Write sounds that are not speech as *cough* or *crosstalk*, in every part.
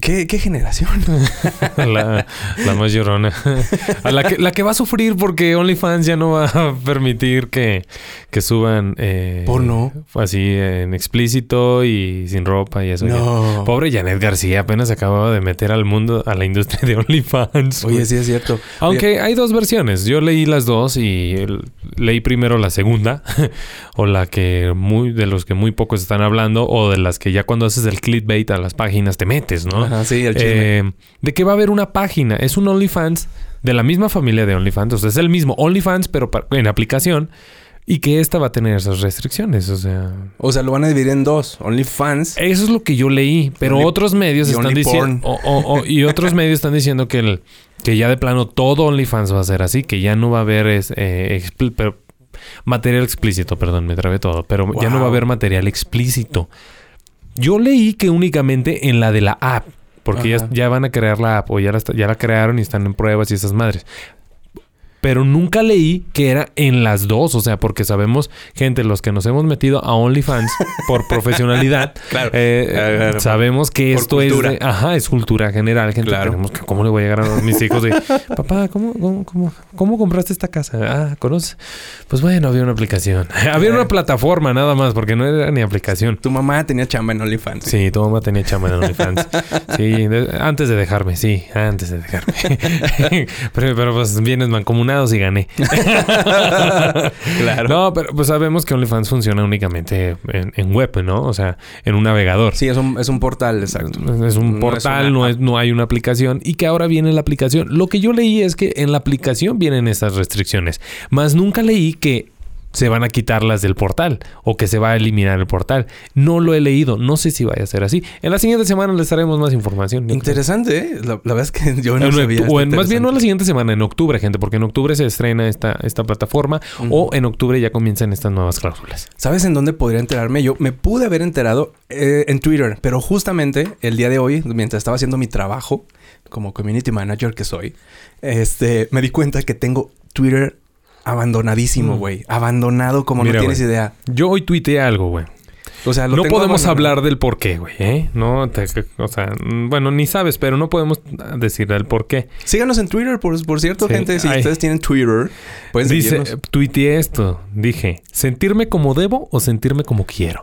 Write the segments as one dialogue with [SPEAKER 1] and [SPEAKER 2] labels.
[SPEAKER 1] ¿Qué, qué
[SPEAKER 2] *laughs*
[SPEAKER 1] generación?
[SPEAKER 2] Eh, La, la más llorona. A la, que, la que va a sufrir porque OnlyFans ya no va a permitir que, que suban eh,
[SPEAKER 1] Porno.
[SPEAKER 2] Así en explícito y sin ropa y eso.
[SPEAKER 1] No.
[SPEAKER 2] pues, Pobre Janet García, apenas acababa de meter al mundo, a la industria de OnlyFans. pues, güey.
[SPEAKER 1] Oye, sí es cierto. Oye,
[SPEAKER 2] Aunque hay dos versiones. Yo leí las dos y el- leí primero la segunda, *laughs* o la que muy, de los que muy pocos están hablando, o de las que ya cuando haces el clickbait a las páginas te metes, ¿no?
[SPEAKER 1] Ajá, sí, el chisme.
[SPEAKER 2] Eh, de que va a haber una página, es un OnlyFans de la misma familia de OnlyFans, o sea, es el mismo OnlyFans, pero pa- en aplicación, y que esta va a tener esas restricciones, o sea.
[SPEAKER 1] O sea, lo van a dividir en dos. OnlyFans.
[SPEAKER 2] Eso es lo que yo leí, pero
[SPEAKER 1] Only-
[SPEAKER 2] otros medios
[SPEAKER 1] y
[SPEAKER 2] están
[SPEAKER 1] only porn.
[SPEAKER 2] diciendo o- o- o- y otros medios están diciendo que el- que ya de plano todo OnlyFans va a ser así, que ya no va a haber es- eh, expl- pero- material explícito, perdón, me trabé todo, pero ya no va a
[SPEAKER 1] Wow.
[SPEAKER 2] haber material explícito. Yo leí que únicamente en la de la app, porque ya,
[SPEAKER 1] Ajá.
[SPEAKER 2] ya van a crear la app o ya la, está- ya la crearon y están en pruebas y esas madres. Pero nunca leí que era en las dos, o sea, porque sabemos, gente, los que nos hemos metido a OnlyFans
[SPEAKER 1] *laughs*
[SPEAKER 2] por profesionalidad,
[SPEAKER 1] Claro.
[SPEAKER 2] eh,
[SPEAKER 1] Claro, claro.
[SPEAKER 2] sabemos que
[SPEAKER 1] Por
[SPEAKER 2] esto
[SPEAKER 1] cultura.
[SPEAKER 2] es de- ajá, es cultura general, gente.
[SPEAKER 1] Claro.
[SPEAKER 2] Tenemos que- ¿Cómo le voy a llegar a
[SPEAKER 1] *laughs*
[SPEAKER 2] mis hijos de papá, ¿cómo, cómo, cómo, cómo compraste esta casa? Ah, ¿conoces? Pues bueno, había una aplicación. *laughs* había
[SPEAKER 1] Eh.
[SPEAKER 2] una plataforma nada más, porque no era ni aplicación.
[SPEAKER 1] Tu mamá tenía chamba en OnlyFans.
[SPEAKER 2] Sí, tu mamá tenía chamba
[SPEAKER 1] *laughs*
[SPEAKER 2] en OnlyFans. Sí, de- antes de dejarme, sí, antes de dejarme. *laughs* pero, pero, pues vienes mancomunados y gané.
[SPEAKER 1] *laughs* Claro.
[SPEAKER 2] No, pero pues sabemos que OnlyFans funciona únicamente en, en web, ¿no? O sea, en un navegador.
[SPEAKER 1] Sí, es un, es un portal, exacto.
[SPEAKER 2] Es
[SPEAKER 1] No
[SPEAKER 2] un
[SPEAKER 1] es
[SPEAKER 2] portal,
[SPEAKER 1] una
[SPEAKER 2] no, es no hay una aplicación y que ahora viene la aplicación. Lo que yo leí es que en la aplicación vienen estas restricciones, más nunca leí que se van a quitar las del portal o que se va a eliminar el portal. No lo he leído, no sé si vaya a ser así. En la siguiente semana les traemos más información. yo creo.
[SPEAKER 1] Interesante, ¿eh? La, la verdad es que *laughs* yo no
[SPEAKER 2] En
[SPEAKER 1] sabía.
[SPEAKER 2] octu-
[SPEAKER 1] está
[SPEAKER 2] o en- más bien no
[SPEAKER 1] interesante.
[SPEAKER 2] la siguiente semana, en octubre, gente, porque en octubre se estrena esta, esta plataforma o en octubre ya comienzan estas nuevas cláusulas.
[SPEAKER 1] ¿Sabes en dónde podría enterarme? Yo me pude haber enterado eh, en Twitter, pero justamente el día de hoy, mientras estaba haciendo mi trabajo como community manager que soy, este, me di cuenta que tengo Twitter abandonadísimo, güey. Abandonado como
[SPEAKER 2] Mm. Mira,
[SPEAKER 1] no tienes
[SPEAKER 2] güey.
[SPEAKER 1] idea.
[SPEAKER 2] Yo hoy tuiteé algo, güey.
[SPEAKER 1] O sea, lo
[SPEAKER 2] No
[SPEAKER 1] tengo
[SPEAKER 2] podemos
[SPEAKER 1] abandonado.
[SPEAKER 2] hablar del por qué, güey, ¿eh? No, te- o sea, mm, bueno, ni sabes, pero no podemos decir el por qué.
[SPEAKER 1] Síganos en Twitter, por, por cierto,
[SPEAKER 2] Sí,
[SPEAKER 1] gente. Si
[SPEAKER 2] ay.
[SPEAKER 1] ustedes tienen Twitter, pueden
[SPEAKER 2] Dice,
[SPEAKER 1] seguirnos.
[SPEAKER 2] tuiteé esto, dije, sentirme como debo o sentirme como quiero.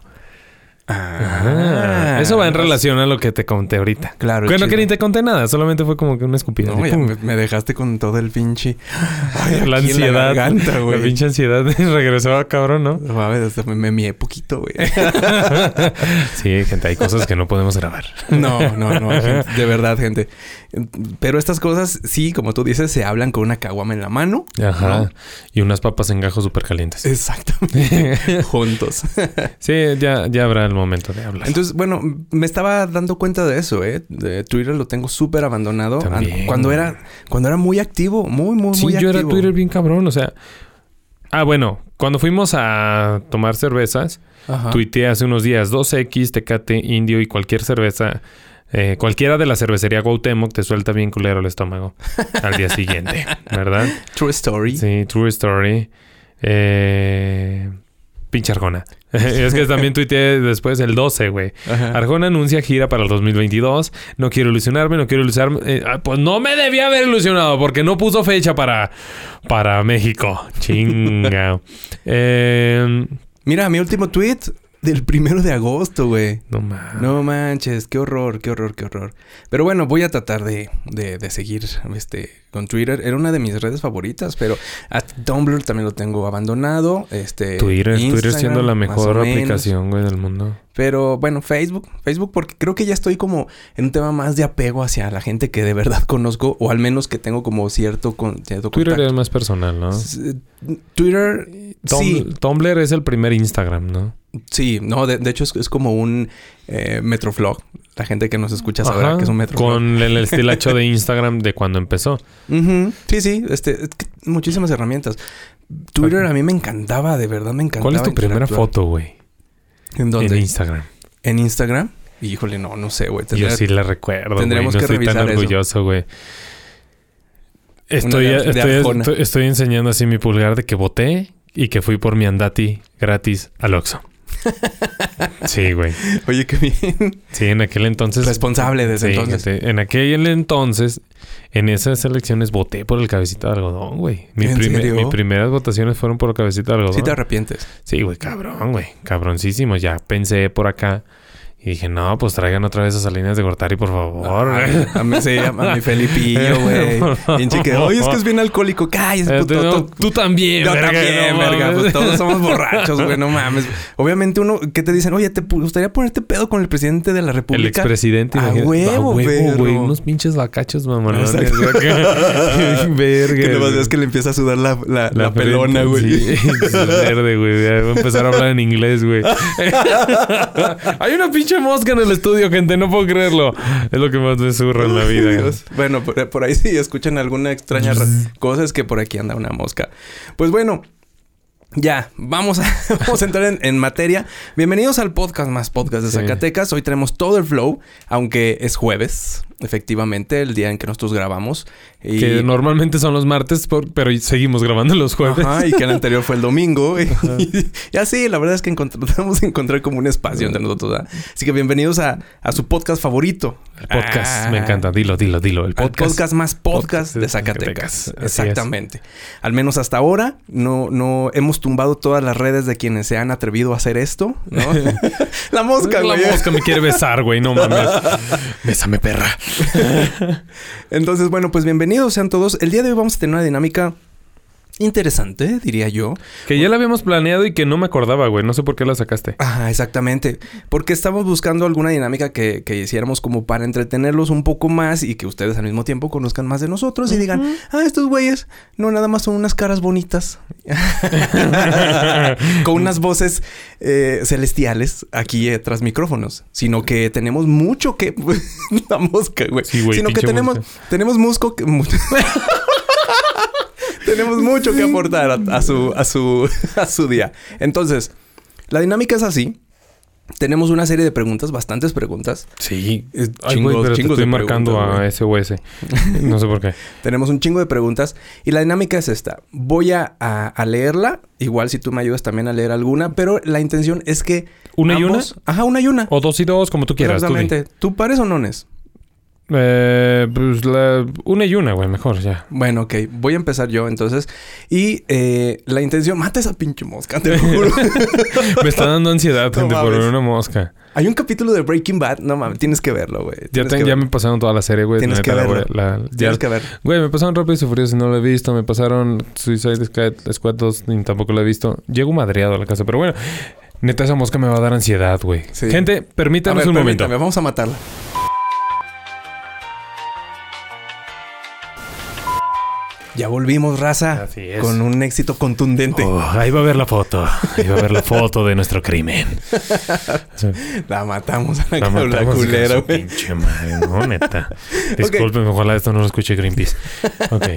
[SPEAKER 2] Ah, eso va en relación a lo que te conté ahorita.
[SPEAKER 1] Claro,
[SPEAKER 2] Bueno,
[SPEAKER 1] chido.
[SPEAKER 2] que ni te conté nada, solamente fue como que una escupida.
[SPEAKER 1] No,
[SPEAKER 2] así,
[SPEAKER 1] ya
[SPEAKER 2] pum.
[SPEAKER 1] me, me dejaste con todo el pinche. Ay,
[SPEAKER 2] *laughs* la
[SPEAKER 1] aquí en
[SPEAKER 2] ansiedad, la,
[SPEAKER 1] garganta, güey.
[SPEAKER 2] pinche ansiedad *laughs* regresó,
[SPEAKER 1] *laughs*
[SPEAKER 2] cabrón, ¿no?
[SPEAKER 1] No mames, hasta me, me mié poquito, güey.
[SPEAKER 2] sí, gente, hay cosas que no podemos grabar.
[SPEAKER 1] No, no, no. gente, de verdad, gente. Pero estas cosas, sí, como tú dices, se hablan con una caguama en la mano.
[SPEAKER 2] Ajá.
[SPEAKER 1] ¿no?
[SPEAKER 2] Y unas papas en gajos
[SPEAKER 1] *laughs*
[SPEAKER 2] súper calientes. *laughs*
[SPEAKER 1] Exactamente. Juntos.
[SPEAKER 2] Sí, ya, ya habrá el momento de hablar.
[SPEAKER 1] Entonces, bueno, me estaba dando cuenta de eso, ¿eh? De Twitter lo tengo súper abandonado.
[SPEAKER 2] También.
[SPEAKER 1] An- Cuando era, cuando era muy activo, muy, muy,
[SPEAKER 2] Sí,
[SPEAKER 1] muy
[SPEAKER 2] yo
[SPEAKER 1] activo.
[SPEAKER 2] era Twitter bien cabrón, o sea. Ah, bueno, cuando fuimos a tomar cervezas,
[SPEAKER 1] Ajá.
[SPEAKER 2] tuiteé hace unos días 2X, Tecate, Indio y cualquier cerveza, eh, cualquiera de la cervecería Cuauhtémoc te suelta bien culero el estómago al día
[SPEAKER 1] *laughs*
[SPEAKER 2] siguiente, ¿verdad?
[SPEAKER 1] True Story.
[SPEAKER 2] Sí, True Story. Eh, pinche Arjona. *laughs* es que también tuiteé después el 12, güey.
[SPEAKER 1] Ajá.
[SPEAKER 2] *laughs* Arjona anuncia gira para el 2022. No quiero ilusionarme, no quiero ilusionarme. Eh, ah, pues no me debía haber ilusionado porque no puso fecha para, para
[SPEAKER 1] *laughs*
[SPEAKER 2] México. Chinga. Eh,
[SPEAKER 1] Mira, mi último tweet del primero de agosto, güey.
[SPEAKER 2] no mames.
[SPEAKER 1] No manches, qué horror, qué horror, qué horror. Pero bueno, voy a tratar de, de- de seguir este, con Twitter. Era una de mis redes favoritas, pero a Tumblr también lo tengo abandonado. Este,
[SPEAKER 2] Twitter, Twitter
[SPEAKER 1] Instagram,
[SPEAKER 2] siendo la
[SPEAKER 1] más
[SPEAKER 2] mejor
[SPEAKER 1] o menos.
[SPEAKER 2] aplicación, güey, del mundo.
[SPEAKER 1] Pero bueno, Facebook, Facebook, porque creo que ya estoy como en un tema más de apego hacia la gente que de verdad conozco, o al menos que tengo como cierto, con, cierto
[SPEAKER 2] Twitter es
[SPEAKER 1] contacto.
[SPEAKER 2] más personal, ¿no?
[SPEAKER 1] S- Twitter,
[SPEAKER 2] Tum-
[SPEAKER 1] sí,
[SPEAKER 2] Tumblr es el primer Instagram, ¿no?
[SPEAKER 1] Sí, no, de, de hecho es, es, como un eh, metroflog. La gente que nos escucha sabrá
[SPEAKER 2] Ajá,
[SPEAKER 1] que es un metroflog.
[SPEAKER 2] Con
[SPEAKER 1] *laughs*
[SPEAKER 2] el estilacho de Instagram de cuando empezó.
[SPEAKER 1] Ujú. Sí, sí, este, es que muchísimas herramientas. Twitter a mí me encantaba, de verdad me encantaba.
[SPEAKER 2] ¿Cuál es tu primera
[SPEAKER 1] interactuar.
[SPEAKER 2] foto, güey?
[SPEAKER 1] ¿En dónde?
[SPEAKER 2] En
[SPEAKER 1] En,
[SPEAKER 2] Instagram.
[SPEAKER 1] Instagram. Híjole, no, no sé, güey.
[SPEAKER 2] Yo
[SPEAKER 1] Tendría- *laughs*
[SPEAKER 2] sí la recuerdo. güey.
[SPEAKER 1] tendremos
[SPEAKER 2] no
[SPEAKER 1] que
[SPEAKER 2] estoy tan
[SPEAKER 1] revisar eso.
[SPEAKER 2] orgulloso, güey. Estoy,
[SPEAKER 1] de- de
[SPEAKER 2] estoy-
[SPEAKER 1] Arjona.
[SPEAKER 2] estoy- estoy enseñando así mi pulgar de que voté y que fui por mi andati gratis al Oxxo. sí, güey.
[SPEAKER 1] Oye, qué bien.
[SPEAKER 2] Sí, en aquel entonces.
[SPEAKER 1] Responsable desde
[SPEAKER 2] Sí,
[SPEAKER 1] Pues, entonces.
[SPEAKER 2] gente, En aquel entonces, en esas elecciones voté por el cabecita de algodón, güey. Mi
[SPEAKER 1] ¿En
[SPEAKER 2] prime-
[SPEAKER 1] serio?
[SPEAKER 2] mis primeras votaciones fueron por el cabecita de algodón.
[SPEAKER 1] Sí te arrepientes.
[SPEAKER 2] Sí, güey, cabrón, güey. Cabroncísimo. Ya pensé por acá. Y dije, no, pues traigan otra vez esas líneas de Gortari, por
[SPEAKER 1] *laughs*
[SPEAKER 2] favor.
[SPEAKER 1] Ah, A, a mí sí, a, a mi
[SPEAKER 2] *laughs*
[SPEAKER 1] Felipillo, *laughs* güey. Pinche que, oye, es que es bien alcohólico. Cállese,
[SPEAKER 2] Eh, tú,
[SPEAKER 1] puto.
[SPEAKER 2] no,
[SPEAKER 1] to-
[SPEAKER 2] tú también,
[SPEAKER 1] Yo
[SPEAKER 2] verga,
[SPEAKER 1] también,
[SPEAKER 2] no
[SPEAKER 1] verga.
[SPEAKER 2] mames.
[SPEAKER 1] Pues todos somos borrachos, güey. No mames.
[SPEAKER 2] *laughs*
[SPEAKER 1] Obviamente uno... ¿Qué te dicen? Oye, ¿te pu- gustaría ponerte pedo con el presidente de la
[SPEAKER 2] El
[SPEAKER 1] república?
[SPEAKER 2] expresidente.
[SPEAKER 1] A
[SPEAKER 2] imagínate.
[SPEAKER 1] huevo, perro.
[SPEAKER 2] güey. Unos pinches vacachos, mamones.
[SPEAKER 1] Exacto.
[SPEAKER 2] verga.
[SPEAKER 1] *laughs* Que nomás
[SPEAKER 2] güey. *laughs*
[SPEAKER 1] ves que le empieza a sudar la, la, la
[SPEAKER 2] frente,
[SPEAKER 1] pelona, güey. *laughs*
[SPEAKER 2] sí. Es verde, güey. Ya Voy a empezar a hablar en inglés, güey. Hay una pinche mosca en el estudio, gente. No puedo creerlo. Es lo que más me zurra en la
[SPEAKER 1] *laughs*
[SPEAKER 2] vida.
[SPEAKER 1] Dios. Bueno, por, por ahí sí escuchan alguna extraña ra- cosa es que por aquí anda una mosca. Pues bueno, ya, vamos a, *laughs* vamos a entrar en, en materia. Bienvenidos al podcast más podcast de
[SPEAKER 2] Sí.
[SPEAKER 1] Zacatecas. Hoy tenemos todo el flow, aunque es jueves, efectivamente, el día en que nosotros grabamos. Y,
[SPEAKER 2] Que normalmente son los martes, por- pero seguimos grabando los jueves.
[SPEAKER 1] Ajá, y que el anterior fue el
[SPEAKER 2] *laughs*
[SPEAKER 1] domingo. Y, *laughs* y así, la verdad es que *laughs* encontr- tratamos de encontrar como un espacio entre nosotros. ¿verdad? Así que bienvenidos a, a su podcast favorito.
[SPEAKER 2] El *laughs* podcast,
[SPEAKER 1] Ah.
[SPEAKER 2] me encanta. Dilo, dilo, dilo. El
[SPEAKER 1] Al
[SPEAKER 2] podcast.
[SPEAKER 1] podcast, más podcast
[SPEAKER 2] Podcast
[SPEAKER 1] de
[SPEAKER 2] de
[SPEAKER 1] Zacatecas.
[SPEAKER 2] Zacatecas. Así es.
[SPEAKER 1] Exactamente. Al menos hasta ahora no, no hemos tumbado todas las redes de quienes se han atrevido a hacer esto. ¿no?
[SPEAKER 2] *laughs*
[SPEAKER 1] la mosca,
[SPEAKER 2] La
[SPEAKER 1] güey.
[SPEAKER 2] mosca me quiere besar, güey. No mames.
[SPEAKER 1] *laughs*
[SPEAKER 2] Bésame, perra.
[SPEAKER 1] Entonces, bueno, pues bienvenidos sean todos. El día de hoy vamos a tener una dinámica interesante, diría yo.
[SPEAKER 2] Que ya la habíamos planeado y que no me acordaba, güey. No sé por qué la sacaste.
[SPEAKER 1] Ajá, exactamente. Porque estamos buscando alguna dinámica que, que hiciéramos como para entretenerlos un poco más y que ustedes al mismo tiempo conozcan más de nosotros y digan, ah, estos güeyes no nada más son unas caras bonitas. Con unas voces eh, celestiales aquí eh, tras micrófonos. Sino que tenemos mucho que... La mosca, güey.
[SPEAKER 2] Sí, güey,
[SPEAKER 1] Sino que
[SPEAKER 2] pinche
[SPEAKER 1] tenemos...
[SPEAKER 2] mosca.
[SPEAKER 1] Tenemos musco... que- mu- *laughs* tenemos mucho que aportar a, a su, a, su, *laughs* a su día. Entonces, la dinámica es así. Tenemos una serie de preguntas, bastantes preguntas.
[SPEAKER 2] Sí.
[SPEAKER 1] Eh,
[SPEAKER 2] Ay, güey, pero te
[SPEAKER 1] chingos de
[SPEAKER 2] estoy marcando
[SPEAKER 1] preguntas,
[SPEAKER 2] a
[SPEAKER 1] güey.
[SPEAKER 2] SOS. No sé por qué.
[SPEAKER 1] Tenemos un chingo de preguntas y la dinámica es esta. Voy a, a- a leerla, igual si tú me ayudas también a leer alguna, pero la intención es que...
[SPEAKER 2] ¿Una y una?
[SPEAKER 1] ambos- Ajá, una y una.
[SPEAKER 2] O dos y dos, como tú quieras. tú di.
[SPEAKER 1] Exactamente. ¿Tú pares o nones?
[SPEAKER 2] Eh, pues la, una y una, güey,
[SPEAKER 1] *laughs*
[SPEAKER 2] mejor ya.
[SPEAKER 1] Bueno, ok. Voy a empezar yo entonces. Y eh, la intención... Mata esa pinche mosca, te lo
[SPEAKER 2] *laughs*
[SPEAKER 1] juro.
[SPEAKER 2] Me está dando ansiedad,
[SPEAKER 1] *laughs* No
[SPEAKER 2] gente, por
[SPEAKER 1] mames.
[SPEAKER 2] una mosca.
[SPEAKER 1] Hay un capítulo de Breaking Bad. No mames, tienes que verlo, güey.
[SPEAKER 2] Ya,
[SPEAKER 1] Tienes
[SPEAKER 2] te-
[SPEAKER 1] que
[SPEAKER 2] ya
[SPEAKER 1] verlo.
[SPEAKER 2] me pasaron toda la serie, güey.
[SPEAKER 1] Tienes que
[SPEAKER 2] neta, la-
[SPEAKER 1] verlo.
[SPEAKER 2] la- ya-
[SPEAKER 1] Tienes que verlo.
[SPEAKER 2] Güey, me pasaron Rápido y Furioso y no lo he visto. Me pasaron Suicide Squad, Squad 2 ni tampoco lo he visto. Llego madreado a la casa, pero bueno. Neta, esa mosca me va a dar ansiedad, güey.
[SPEAKER 1] Sí.
[SPEAKER 2] Gente,
[SPEAKER 1] A
[SPEAKER 2] permítanos
[SPEAKER 1] ver,
[SPEAKER 2] un momento.
[SPEAKER 1] permítame, Vamos a matarla. Ya volvimos, raza.
[SPEAKER 2] Así es.
[SPEAKER 1] Con un éxito contundente.
[SPEAKER 2] Oh, ahí va a ver la foto. Ahí va a ver la foto de nuestro
[SPEAKER 1] *laughs*
[SPEAKER 2] crimen.
[SPEAKER 1] La matamos a la,
[SPEAKER 2] La
[SPEAKER 1] la
[SPEAKER 2] matamos, hija
[SPEAKER 1] culera,
[SPEAKER 2] de su
[SPEAKER 1] güey.
[SPEAKER 2] Pinche madre, no,
[SPEAKER 1] *laughs*
[SPEAKER 2] neta. Disculpen, ojalá esto no lo escuche Greenpeace. Ok.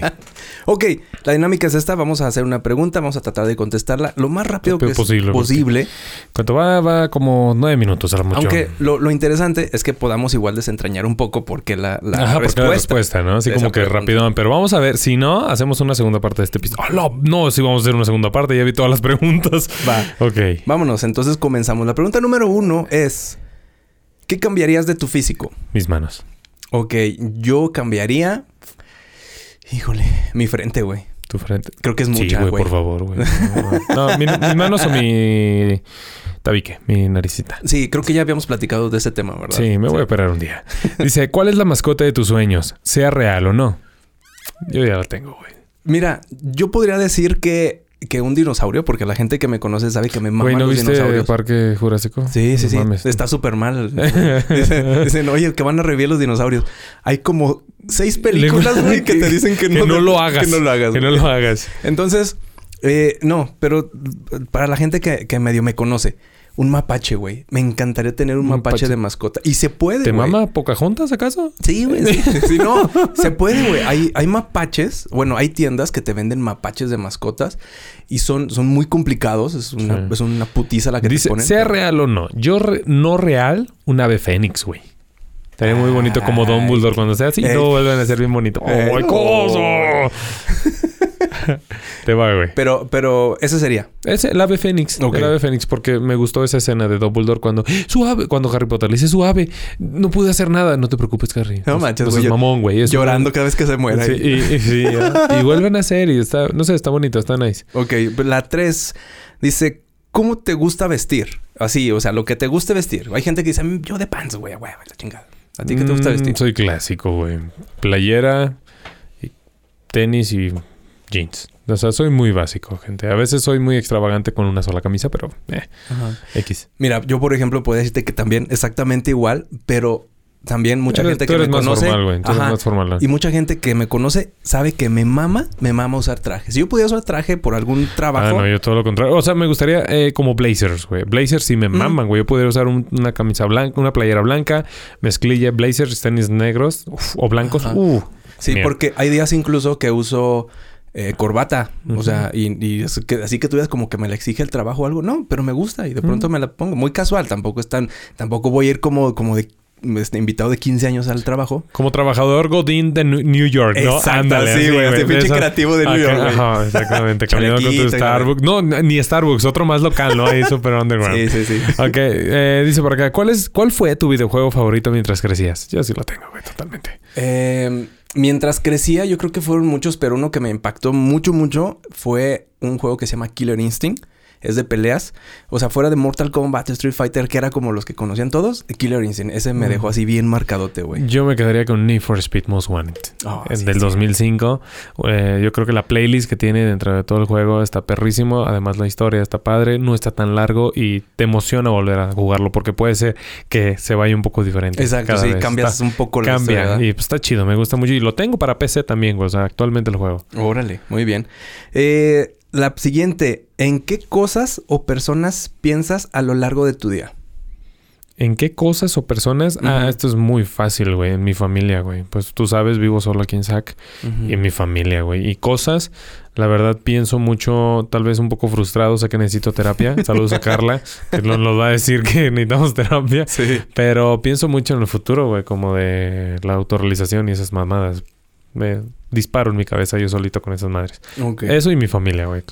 [SPEAKER 1] Ok, la dinámica es esta. Vamos a hacer una pregunta. Vamos a tratar de contestarla lo más rápido
[SPEAKER 2] Rápido
[SPEAKER 1] que es
[SPEAKER 2] posible,
[SPEAKER 1] posible.
[SPEAKER 2] porque- ¿Cuánto va? Va como nueve minutos a lo mucho.
[SPEAKER 1] Aunque lo, lo interesante es que podamos igual desentrañar un poco porque la, la
[SPEAKER 2] Ajá, porque
[SPEAKER 1] respuesta.
[SPEAKER 2] la respuesta, ¿no? Así
[SPEAKER 1] de
[SPEAKER 2] como
[SPEAKER 1] esa
[SPEAKER 2] que
[SPEAKER 1] pregunta.
[SPEAKER 2] rápido. Pero vamos a ver, si no, hacemos una segunda parte de este episodio. ¡Hala! No, sí vamos a hacer una segunda parte. Ya vi todas las preguntas.
[SPEAKER 1] Va.
[SPEAKER 2] Ok.
[SPEAKER 1] Vámonos, entonces comenzamos. La pregunta número uno es: ¿Qué cambiarías de tu físico?
[SPEAKER 2] Mis manos.
[SPEAKER 1] Ok, yo cambiaría. Híjole, mi frente, güey.
[SPEAKER 2] Tu frente.
[SPEAKER 1] Creo que es
[SPEAKER 2] Sí,
[SPEAKER 1] mucha,
[SPEAKER 2] güey,
[SPEAKER 1] güey.
[SPEAKER 2] por favor, güey. No, no, mi- mis manos o mi tabique, mi naricita.
[SPEAKER 1] sí, creo que ya habíamos platicado de ese tema, ¿verdad?
[SPEAKER 2] Sí, me voy a operar un día. Dice, ¿cuál es la mascota de tus sueños? Sea real o no. Yo ya la tengo, güey.
[SPEAKER 1] Mira, yo podría decir que, que un dinosaurio, porque la gente que me conoce sabe que me maman
[SPEAKER 2] Güey, ¿no
[SPEAKER 1] los
[SPEAKER 2] viste
[SPEAKER 1] dinosaurios.
[SPEAKER 2] Parque Jurásico?
[SPEAKER 1] Sí, sí,
[SPEAKER 2] No
[SPEAKER 1] sí.
[SPEAKER 2] mames.
[SPEAKER 1] Está súper
[SPEAKER 2] *laughs*
[SPEAKER 1] mal. Dicen, dicen, oye, que van a revivir los dinosaurios. Hay como seis películas, güey, que te
[SPEAKER 2] *laughs*
[SPEAKER 1] dicen que no,
[SPEAKER 2] lo hagas.
[SPEAKER 1] Que no lo hagas.
[SPEAKER 2] Que no
[SPEAKER 1] güey.
[SPEAKER 2] lo hagas.
[SPEAKER 1] Entonces, eh, no, pero eh, para la gente que, que medio me conoce, Un mapache, güey. Me encantaría tener un,
[SPEAKER 2] Un
[SPEAKER 1] mapache,
[SPEAKER 2] mapache.
[SPEAKER 1] de mascota. Y se puede,
[SPEAKER 2] ¿Te
[SPEAKER 1] güey.
[SPEAKER 2] mama Pocahontas acaso?
[SPEAKER 1] Sí, güey. Sí, sí,
[SPEAKER 2] *laughs*
[SPEAKER 1] no, se puede, güey. Hay, hay mapaches. Bueno, hay tiendas que te venden mapaches de mascotas y son, son muy complicados. Es una,
[SPEAKER 2] Sí.
[SPEAKER 1] es una putiza la que te
[SPEAKER 2] Dice,
[SPEAKER 1] ponen.
[SPEAKER 2] sea real o no. Yo re- no real, un ave fénix, güey. Estaría muy bonito como
[SPEAKER 1] Ay.
[SPEAKER 2] Dumbledore cuando sea así.
[SPEAKER 1] Eh.
[SPEAKER 2] No vuelven a ser bien bonito.
[SPEAKER 1] Eh. *laughs*
[SPEAKER 2] ¡Ay, coso! Te va, güey.
[SPEAKER 1] Pero, pero ese sería.
[SPEAKER 2] Es el ave fénix.
[SPEAKER 1] Ok.
[SPEAKER 2] El ave fénix, porque me gustó esa escena de Dumbledore cuando su ave, cuando Harry Potter le dice su ave, no pude hacer nada. No te preocupes, Harry.
[SPEAKER 1] No manches,
[SPEAKER 2] seas
[SPEAKER 1] güey, yo-
[SPEAKER 2] mamón, güey. Es un-
[SPEAKER 1] Llorando cada vez que se muera.
[SPEAKER 2] Sí, y, y- sí, ya. Y vuelven a ser y está, no sé, está bonito, está nice.
[SPEAKER 1] Ok, pues la 3 dice, ¿cómo te gusta vestir? Así, o sea, lo que te guste vestir. Hay gente que dice, "Mm, yo de pants, güey, güey, la chingada. ¿A ti qué te gusta
[SPEAKER 2] Mm,
[SPEAKER 1] vestir?
[SPEAKER 2] Soy clásico, güey. Playera, y tenis y jeans. O sea, soy muy básico, gente. A veces soy muy extravagante con una sola camisa, pero eh,
[SPEAKER 1] Ajá.
[SPEAKER 2] X.
[SPEAKER 1] Mira, yo por ejemplo podría decirte que también exactamente igual, pero también mucha
[SPEAKER 2] Eres-
[SPEAKER 1] gente
[SPEAKER 2] tú
[SPEAKER 1] que
[SPEAKER 2] eres
[SPEAKER 1] me
[SPEAKER 2] más
[SPEAKER 1] conoce,
[SPEAKER 2] formal, güey. Tú eres
[SPEAKER 1] ajá,
[SPEAKER 2] más formal.
[SPEAKER 1] y mucha gente que me conoce sabe que me mama, me mama usar traje. Si yo pudiera usar traje por algún
[SPEAKER 2] Ah,
[SPEAKER 1] trabajo,
[SPEAKER 2] no, yo todo lo contrario. O sea, me gustaría eh, como blazers, güey. Blazers sí me
[SPEAKER 1] Mm.
[SPEAKER 2] maman, güey. Yo podría usar un- una camisa blanca, una playera blanca, mezclilla, blazers, tenis negros uf, o blancos.
[SPEAKER 1] Ajá.
[SPEAKER 2] Uh,
[SPEAKER 1] sí,
[SPEAKER 2] mira.
[SPEAKER 1] porque hay días incluso que uso eh, corbata, o sea, y, y es que- así que tú digas como que me la exige el trabajo o algo, no, pero me gusta y de pronto me la pongo muy casual, tampoco es tan, tampoco voy a ir como como de este, invitado de 15 años al trabajo.
[SPEAKER 2] Como trabajador Godín de Nu- New York, Pues ¿no?
[SPEAKER 1] Exacto, sí, güey, así
[SPEAKER 2] de
[SPEAKER 1] pinche
[SPEAKER 2] esas-
[SPEAKER 1] creativo de New
[SPEAKER 2] Acá-
[SPEAKER 1] York, güey. *laughs*
[SPEAKER 2] Ajá, exactamente. Caminando con tu
[SPEAKER 1] Chalequito y nada.
[SPEAKER 2] Starbucks. No, n- ni Starbucks, otro más local, ¿no? Ahí super underground.
[SPEAKER 1] Sí, sí, sí.
[SPEAKER 2] Ok, eh, dice por acá, ¿cuál, es, ¿cuál fue tu videojuego favorito mientras crecías? Yo sí lo tengo, güey, totalmente.
[SPEAKER 1] Eh, mientras crecía, yo creo que fueron muchos, pero uno que me impactó mucho, mucho fue un juego que se llama Killer Instinct. Es de peleas. O sea, fuera de Mortal Kombat, Street Fighter, que era como los que conocían todos, Killer Instinct. Ese me
[SPEAKER 2] Mm.
[SPEAKER 1] dejó así bien marcadote, güey.
[SPEAKER 2] Yo me quedaría con Need for Speed Most Wanted.
[SPEAKER 1] Ah,
[SPEAKER 2] el
[SPEAKER 1] sí,
[SPEAKER 2] del
[SPEAKER 1] sí.
[SPEAKER 2] 2005. Eh, yo creo que la playlist que tiene dentro de todo el juego está perrísimo. Además, la historia está padre, no está tan largo y te emociona volver a jugarlo porque puede ser que se vaya un poco diferente.
[SPEAKER 1] Exacto,
[SPEAKER 2] cada
[SPEAKER 1] sí,
[SPEAKER 2] vez.
[SPEAKER 1] cambias
[SPEAKER 2] Está-
[SPEAKER 1] un poco la
[SPEAKER 2] Cambia.
[SPEAKER 1] historia, ¿verdad?
[SPEAKER 2] y pues, está chido, me gusta mucho. Y lo tengo para PC también, güey. O sea, actualmente lo juego.
[SPEAKER 1] Órale, muy bien. Eh, la siguiente, ¿en qué cosas o personas piensas a lo largo de tu día?
[SPEAKER 2] ¿En qué cosas o personas? Ah,
[SPEAKER 1] Ujú.
[SPEAKER 2] esto es muy fácil, güey. En mi familia, güey. Pues tú sabes, vivo solo aquí en SAC. y en mi familia, güey. Y cosas, la verdad, pienso mucho, tal vez un poco frustrado, sé que
[SPEAKER 1] *laughs*
[SPEAKER 2] necesito terapia. Saludos a Carla, que nos, nos va a decir que *laughs* necesitamos terapia.
[SPEAKER 1] Sí.
[SPEAKER 2] Pero pienso mucho en el futuro, güey, como de la autorrealización y esas mamadas. Me disparo en mi cabeza yo solito con esas madres.
[SPEAKER 1] Ok.
[SPEAKER 2] Eso y mi familia, güey.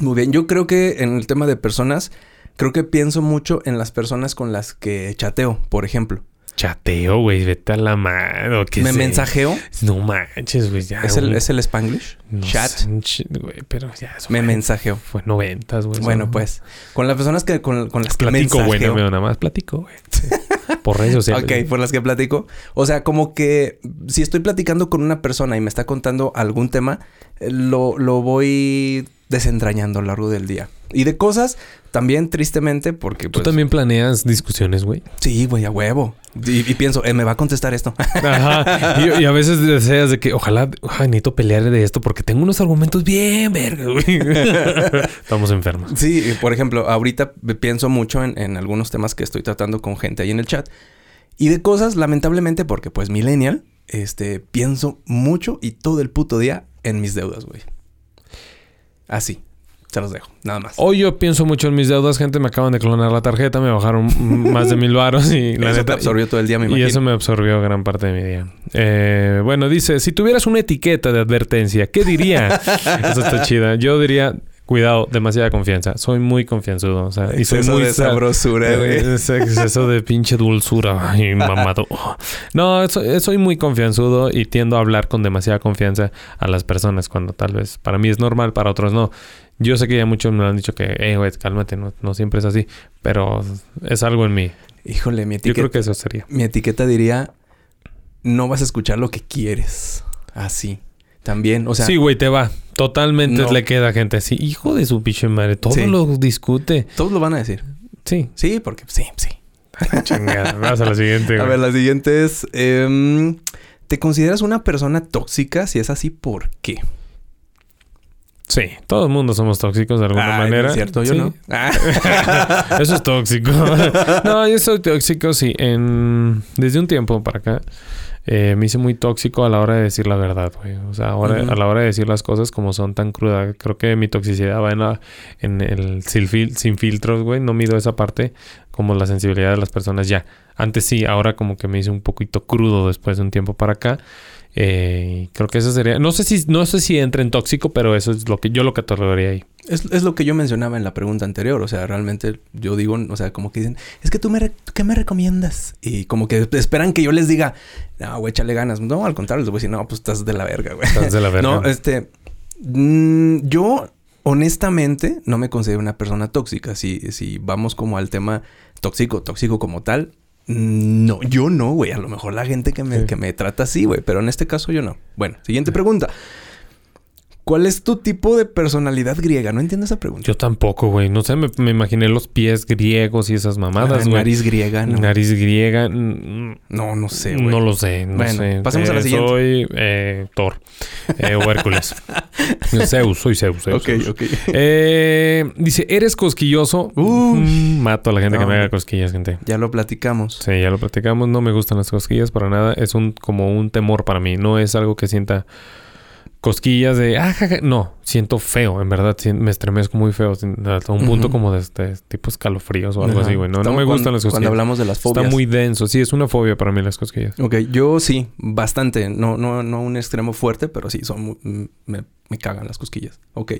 [SPEAKER 1] Muy bien, yo creo que en el tema de personas, creo que pienso mucho en las personas con las que chateo, por ejemplo.
[SPEAKER 2] Chateo, güey, vete a la mano. ¿qué
[SPEAKER 1] Me
[SPEAKER 2] sé?
[SPEAKER 1] mensajeo,
[SPEAKER 2] No manches, güey. ya,
[SPEAKER 1] ¿Es, el,
[SPEAKER 2] güey.
[SPEAKER 1] ¿es el Spanglish?
[SPEAKER 2] No
[SPEAKER 1] Chat,
[SPEAKER 2] sé, un chi- güey, pero ya. eso
[SPEAKER 1] me
[SPEAKER 2] fue-
[SPEAKER 1] mensajeo.
[SPEAKER 2] Fue noventas, güey. eso,
[SPEAKER 1] Bueno,
[SPEAKER 2] ¿no?
[SPEAKER 1] pues, con las personas que con, con las que
[SPEAKER 2] Platico, güey, no
[SPEAKER 1] mensajeo.
[SPEAKER 2] me nada más platico, güey. Por
[SPEAKER 1] *laughs*
[SPEAKER 2] redes sociales.
[SPEAKER 1] Ok, por las que platico. O sea, como que si estoy platicando con una persona y me está contando algún tema, eh, lo, lo voy desentrañando a lo largo del día. Y de cosas también, tristemente, porque...
[SPEAKER 2] Tú
[SPEAKER 1] pues,
[SPEAKER 2] también planeas
[SPEAKER 1] *laughs*
[SPEAKER 2] discusiones, güey.
[SPEAKER 1] Sí, güey, a huevo. Y, y pienso, eh, me va a contestar esto.
[SPEAKER 2] Ajá. Y, y a veces deseas de que ojalá, ay, necesito pelear de esto porque tengo unos argumentos bien verga, güey. *laughs* Estamos enfermos.
[SPEAKER 1] Sí, y por ejemplo, ahorita me pienso mucho en, en algunos temas que estoy tratando con gente ahí en el chat. Y de cosas, lamentablemente, porque pues millennial, este, pienso mucho y todo el puto día en mis deudas, güey. Así. Se los dejo, nada más.
[SPEAKER 2] Hoy yo pienso mucho en mis deudas, gente. Me acaban de clonar la tarjeta, me bajaron mm, más de mil varos y la
[SPEAKER 1] eso te
[SPEAKER 2] neta.
[SPEAKER 1] absorbió todo el día, me
[SPEAKER 2] Y
[SPEAKER 1] imagino.
[SPEAKER 2] eso me absorbió gran parte de mi día. Eh, bueno, dice, si tuvieras una etiqueta de advertencia,
[SPEAKER 1] *laughs*
[SPEAKER 2] ¿qué diría? eso está chida. Yo diría, cuidado, demasiada confianza. Soy muy confianzudo. O sea, y soy
[SPEAKER 1] Exceso
[SPEAKER 2] muy Eh,
[SPEAKER 1] de
[SPEAKER 2] sab-
[SPEAKER 1] sabrosura, güey.
[SPEAKER 2] Es exceso de pinche dulzura y mamado. No, so- eh, soy muy confianzudo y tiendo a hablar con demasiada confianza a las personas cuando tal vez para mí es normal, para otros no. Yo sé que ya muchos me han dicho que, eh, güey, cálmate, no, no siempre es así, pero es algo en mí.
[SPEAKER 1] Híjole, mi
[SPEAKER 2] Yo
[SPEAKER 1] etiqueta,
[SPEAKER 2] creo que eso sería.
[SPEAKER 1] mi etiqueta diría, no vas a escuchar lo que quieres. Así. También, o sea,
[SPEAKER 2] sí, güey, te va. Totalmente
[SPEAKER 1] No.
[SPEAKER 2] le queda gente así. Hijo de su pinche madre, todo
[SPEAKER 1] Sí.
[SPEAKER 2] lo discute.
[SPEAKER 1] todos lo van a decir. *laughs*
[SPEAKER 2] Sí.
[SPEAKER 1] Sí, porque sí, sí.
[SPEAKER 2] Chingada. Vamos a la siguiente.
[SPEAKER 1] A
[SPEAKER 2] Este, güey.
[SPEAKER 1] ver, la siguiente es. em, ¿Te consideras una persona tóxica? Si es así, ¿por qué?
[SPEAKER 2] Sí, todo el mundo somos tóxicos de alguna
[SPEAKER 1] Ay, Ah, no
[SPEAKER 2] manera.
[SPEAKER 1] es cierto, yo
[SPEAKER 2] Sí. *laughs*
[SPEAKER 1] no. Ah.
[SPEAKER 2] Eso es tóxico.
[SPEAKER 1] *laughs*
[SPEAKER 2] no, yo soy tóxico, sí. En... Desde un tiempo para acá eh, me hice muy tóxico a la hora de decir la verdad, güey. O sea, ahora,
[SPEAKER 1] Ujú.
[SPEAKER 2] a la hora de decir las cosas como son tan crudas. Creo que mi toxicidad va en, la- en el sin, fil- sin filtros, güey. No mido esa parte como la sensibilidad de las personas ya. Antes sí, ahora como que me hice un poquito crudo después de un tiempo para acá. Eh, creo que eso sería... No sé si no sé si entra en tóxico, pero eso es lo que yo lo catalogaría ahí.
[SPEAKER 1] Es, es lo que yo mencionaba en la pregunta anterior. O sea, realmente yo digo, o sea, como que dicen, es que tú me, re- ¿qué me recomiendas? Y como que esperan que yo les diga, no, güey, échale ganas. No, al contrario, les voy a decir, no, pues estás de la verga, güey.
[SPEAKER 2] Estás de la verga.
[SPEAKER 1] *laughs* No, este. mm, yo, honestamente, no me considero una persona tóxica. Si, si vamos como al tema tóxico, tóxico como tal, mm, no, yo no, güey. A lo mejor la gente que me,
[SPEAKER 2] Sí.
[SPEAKER 1] que me trata así, güey. Pero en este caso yo no. Bueno, siguiente pregunta. ¿Cuál es tu tipo de personalidad griega? No entiendo esa pregunta.
[SPEAKER 2] Yo tampoco, güey. No sé, me, me imaginé los pies griegos y esas
[SPEAKER 1] Ah,
[SPEAKER 2] mamadas, güey.
[SPEAKER 1] nariz griega, no.
[SPEAKER 2] Nariz griega. mm,
[SPEAKER 1] No, no sé, güey.
[SPEAKER 2] No lo sé, no
[SPEAKER 1] Bueno,
[SPEAKER 2] sé.
[SPEAKER 1] pasemos a la siguiente.
[SPEAKER 2] Soy eh, Thor eh,
[SPEAKER 1] *laughs*
[SPEAKER 2] o Hércules. Zeus, soy Zeus. Zeus,
[SPEAKER 1] Ok,
[SPEAKER 2] Zeus.
[SPEAKER 1] ok.
[SPEAKER 2] Eh, dice, ¿eres cosquilloso?
[SPEAKER 1] Uy.
[SPEAKER 2] Mm, mato a la gente que
[SPEAKER 1] No,
[SPEAKER 2] me haga
[SPEAKER 1] hombre.
[SPEAKER 2] cosquillas, gente.
[SPEAKER 1] Ya lo platicamos.
[SPEAKER 2] Sí, ya lo platicamos. No me gustan las cosquillas para nada. Es un como un temor para mí. No es algo que sienta cosquillas de... "Ah, ja, ja". No, siento feo, en verdad. sien- Me estremezco muy feo. sin- Hasta un punto
[SPEAKER 1] Ujú.
[SPEAKER 2] como de este, tipo escalofríos o algo
[SPEAKER 1] Ajá.
[SPEAKER 2] así, güey. No, no
[SPEAKER 1] Estamos
[SPEAKER 2] me gustan
[SPEAKER 1] cuando-
[SPEAKER 2] las
[SPEAKER 1] Cuando
[SPEAKER 2] cosquillas.
[SPEAKER 1] hablamos de las fobias.
[SPEAKER 2] Está muy denso. Sí, es una fobia para mí las cosquillas.
[SPEAKER 1] Ok, yo sí, bastante. No, no, no un extremo fuerte, pero sí, son mu- mm, me, me cagan las cosquillas. Ok.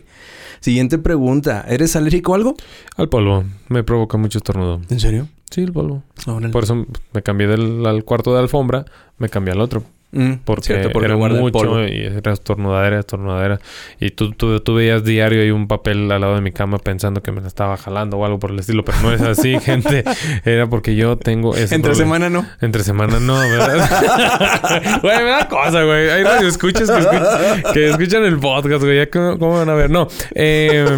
[SPEAKER 1] Siguiente pregunta. ¿Eres alérgico a algo?
[SPEAKER 2] Al polvo. Me provoca mucho estornudo.
[SPEAKER 1] ¿En serio?
[SPEAKER 2] Sí, el polvo. Por eso me cambié del al cuarto de alfombra, me cambié al otro.
[SPEAKER 1] Mm.
[SPEAKER 2] Porque, era
[SPEAKER 1] guarda el
[SPEAKER 2] mucho
[SPEAKER 1] polvo.
[SPEAKER 2] y era estornudadera, estornudadera. Y tú, tú, tú veías diario ahí un papel al lado de mi cama pensando que me la estaba jalando o algo por el estilo, pero no es así, *laughs* gente. Era porque yo tengo ese
[SPEAKER 1] Entre
[SPEAKER 2] problema.
[SPEAKER 1] semana no.
[SPEAKER 2] Entre semana no, ¿verdad? *laughs* güey, me da cosa, güey. Hay radio escuchas que, escuch- que escuchan el podcast, güey. Ya ¿Cómo, cómo van a ver? No. Eh,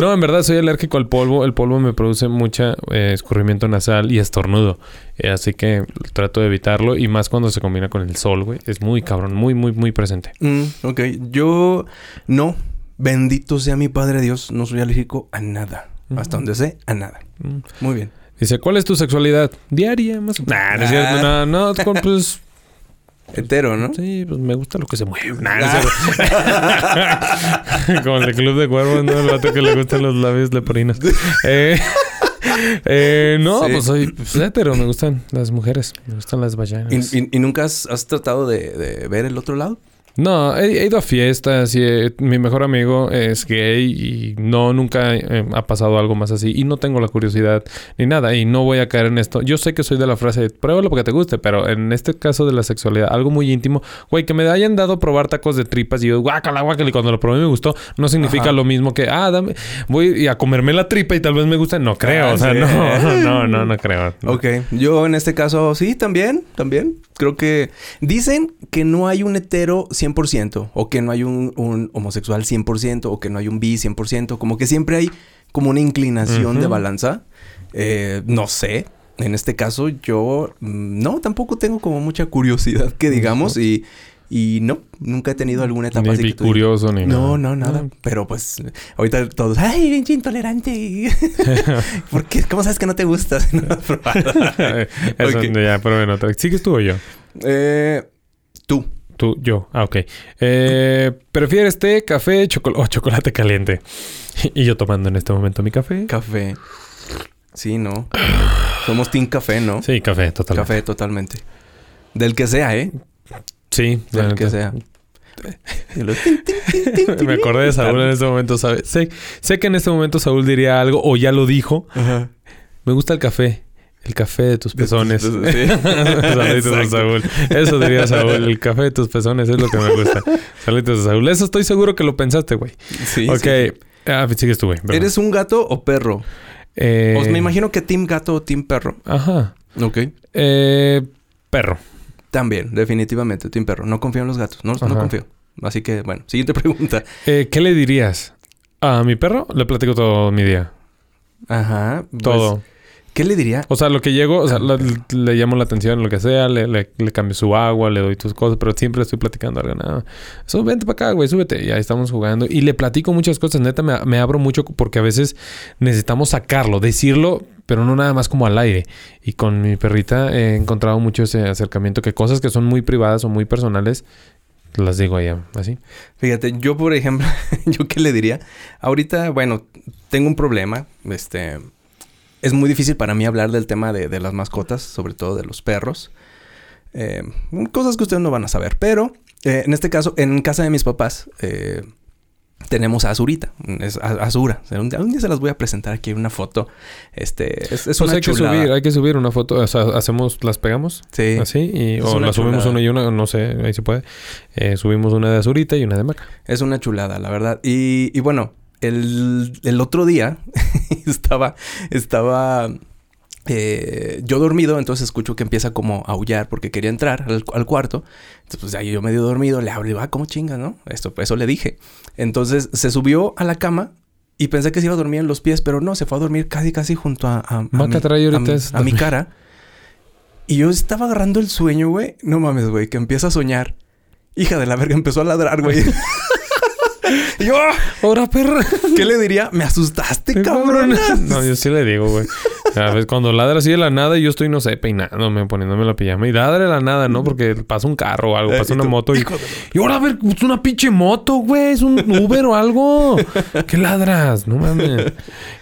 [SPEAKER 2] no, en verdad soy alérgico al polvo. El polvo me produce mucha eh, escurrimiento nasal y estornudo. Eh, así que trato de evitarlo. Y más cuando se combina con el sol, güey. Es muy cabrón, muy, muy, muy presente.
[SPEAKER 1] Mm, ok, yo no. Bendito sea mi padre Dios, no soy alérgico a nada. Hasta donde sé, a nada.
[SPEAKER 2] Mm.
[SPEAKER 1] Muy bien.
[SPEAKER 2] Dice, ¿cuál es tu sexualidad? Diaria, más o menos. Nah, no es cierto.
[SPEAKER 1] Ah.
[SPEAKER 2] No, no, con- pues...
[SPEAKER 1] Hetero, ¿no?
[SPEAKER 2] Sí, pues me gusta lo que se mueve. *laughs* Nah, no es cierto. *laughs* Como el de Club de Cuervos, ¿no? El vato que le gustan los labios leprinos. Eh, eh, no,
[SPEAKER 1] Sí.
[SPEAKER 2] pues soy pues, hetero. Me gustan las mujeres. Me gustan las vallanas.
[SPEAKER 1] *laughs* ¿Y, y- y nunca has, has tratado de, de ver el otro lado?
[SPEAKER 2] No, he, he ido a fiestas y eh, mi mejor amigo es gay y no, nunca eh, ha pasado algo más así. Y no tengo la curiosidad ni nada y no voy a caer en esto. Yo sé que soy de la frase, pruébalo porque te guste, pero en este caso de la sexualidad, algo muy íntimo, güey, que me hayan dado a probar tacos de tripas y yo, guácala, guácala, y cuando lo probé me gustó, no significa
[SPEAKER 1] Ajá.
[SPEAKER 2] lo mismo que, ah, dame, voy y a comerme la tripa y tal vez me guste. No creo,
[SPEAKER 1] Ah,
[SPEAKER 2] o sea,
[SPEAKER 1] sí.
[SPEAKER 2] no, *laughs* no, no, no creo. No.
[SPEAKER 1] Ok, yo en este caso sí, también, también. Creo que dicen que no hay un hetero 100% o que no hay un, un homosexual 100% o que no hay un bi 100%, como que siempre hay como una inclinación de
[SPEAKER 2] Ujú.
[SPEAKER 1] balanza. Eh, no sé, en este caso yo mm, no, tampoco tengo como mucha curiosidad que digamos y, y no, nunca he tenido alguna etapa
[SPEAKER 2] Ni
[SPEAKER 1] así que tú digas,
[SPEAKER 2] curioso ni
[SPEAKER 1] no,
[SPEAKER 2] nada.
[SPEAKER 1] no, nada. Pero pues ahorita todos, ay, pinche
[SPEAKER 2] *laughs*
[SPEAKER 1] intolerante. ¿Por qué? ¿Cómo sabes que no te gusta *laughs* si no lo has
[SPEAKER 2] *laughs*
[SPEAKER 1] probado?
[SPEAKER 2] *laughs* Eso,
[SPEAKER 1] Ok.
[SPEAKER 2] ya, pero en otra. ¿Sigues tú o yo?
[SPEAKER 1] eh, tú.
[SPEAKER 2] Tú, yo. Ah, ok. Eh, ¿Prefieres té, café, chocolate o chocolate caliente? *laughs* y yo tomando en este momento mi café.
[SPEAKER 1] Café. Sí, no. Somos team café, ¿no?
[SPEAKER 2] sí, café, total.
[SPEAKER 1] Café totalmente. Del que sea, ¿eh?
[SPEAKER 2] Sí, la
[SPEAKER 1] Del
[SPEAKER 2] neta.
[SPEAKER 1] que
[SPEAKER 2] *laughs*
[SPEAKER 1] sea. Y lo- tin, tin, tin, tin, tin.
[SPEAKER 2] Me acordé de Saúl en este momento, ¿sabes? Sé, sé que en este momento Saúl diría algo o ya lo dijo.
[SPEAKER 1] Ajá.
[SPEAKER 2] Me gusta el café. El café de tus pezones.
[SPEAKER 1] Sí.
[SPEAKER 2] *laughs* Saluditos a
[SPEAKER 1] Exacto.
[SPEAKER 2] Saúl. Eso diría Saúl. El café de tus pezones es lo que me gusta. Saluditos a Saúl. Eso estoy seguro que lo pensaste, güey.
[SPEAKER 1] Sí,
[SPEAKER 2] ok.
[SPEAKER 1] sí.
[SPEAKER 2] Ah, sigues tú, güey. perdón.
[SPEAKER 1] ¿Eres un gato o perro?
[SPEAKER 2] Eh,
[SPEAKER 1] O me imagino que team gato o team perro.
[SPEAKER 2] Ajá.
[SPEAKER 1] Ok.
[SPEAKER 2] Eh, perro.
[SPEAKER 1] También, definitivamente, Team Perro. No confío en los gatos. No, no
[SPEAKER 2] Ajá.
[SPEAKER 1] confío. Así que, bueno, siguiente *laughs* pregunta.
[SPEAKER 2] Eh, ¿Qué le dirías? A mi perro le platico todo mi día.
[SPEAKER 1] Ajá. pues,
[SPEAKER 2] Todo.
[SPEAKER 1] ¿Qué le diría?
[SPEAKER 2] O sea, lo que llego, o sea, la- le llamo la atención, lo que sea, le, le- le cambio su agua, le doy tus cosas, pero siempre estoy platicando algo. No, eso, vente para acá, güey, súbete. Y ahí estamos jugando. Y le platico muchas cosas. Neta, me, me abro mucho porque a veces necesitamos sacarlo, decirlo, pero no nada más como al aire. Y con mi perrita he encontrado mucho ese acercamiento, que cosas que son muy privadas o muy personales, las digo allá, así.
[SPEAKER 1] Fíjate, yo por ejemplo, *laughs* ¿yo qué le diría? Ahorita, bueno, tengo un problema. Este, es muy difícil para mí hablar del tema de, de las mascotas, sobre todo de los perros. Eh, cosas que ustedes no van a saber, pero eh, en este caso, en casa de mis papás, eh, tenemos a Azurita, es a- Azura. O sea, un, día, un día se las voy a presentar aquí una foto. Este, es, es
[SPEAKER 2] Pues
[SPEAKER 1] una
[SPEAKER 2] hay
[SPEAKER 1] chulada.
[SPEAKER 2] que subir, hay que subir una foto, o sea, hacemos, las pegamos.
[SPEAKER 1] Sí.
[SPEAKER 2] Así, y,
[SPEAKER 1] Es
[SPEAKER 2] o
[SPEAKER 1] una
[SPEAKER 2] la subimos
[SPEAKER 1] chulada.
[SPEAKER 2] una y una, no sé, ahí se puede. Eh, subimos una de Azurita y una de Maca.
[SPEAKER 1] Es una chulada, la verdad. Y, y bueno, el, el otro día *laughs* estaba, estaba eh, yo dormido, entonces escucho que empieza como a aullar porque quería entrar al, al cuarto. Entonces, pues ahí yo medio dormido, le hablo y va, ah, ¿cómo chinga, no? Esto, eso le dije. Entonces se subió a la cama y pensé que se iba a dormir en los pies, pero no, se fue a dormir casi, casi junto a, a, a
[SPEAKER 2] Maca
[SPEAKER 1] mi-
[SPEAKER 2] trae
[SPEAKER 1] a
[SPEAKER 2] ahorita
[SPEAKER 1] mi-
[SPEAKER 2] eso
[SPEAKER 1] a mi
[SPEAKER 2] también.
[SPEAKER 1] cara. Y yo estaba agarrando el sueño, güey. No mames, güey, que empieza a soñar. Hija de la verga, empezó a ladrar, güey. *laughs* y yo, "Ah,
[SPEAKER 2] ¡Hora, *laughs* perra!
[SPEAKER 1] ¿qué le diría? Me asustaste, cabrón. *laughs*
[SPEAKER 2] No, yo sí le digo, güey. A veces cuando ladra así de la nada, yo estoy, no sé, peinándome, poniéndome la pijama. Y ladra de la nada, ¿no? Porque pasa un carro o algo,
[SPEAKER 1] Eh,
[SPEAKER 2] pasa
[SPEAKER 1] y
[SPEAKER 2] una
[SPEAKER 1] tú,
[SPEAKER 2] moto. Y,
[SPEAKER 1] hijo de la-
[SPEAKER 2] y ahora, a ver, es una pinche moto, güey. Es un Uber
[SPEAKER 1] *laughs*
[SPEAKER 2] o algo. ¿Qué ladras? No mames.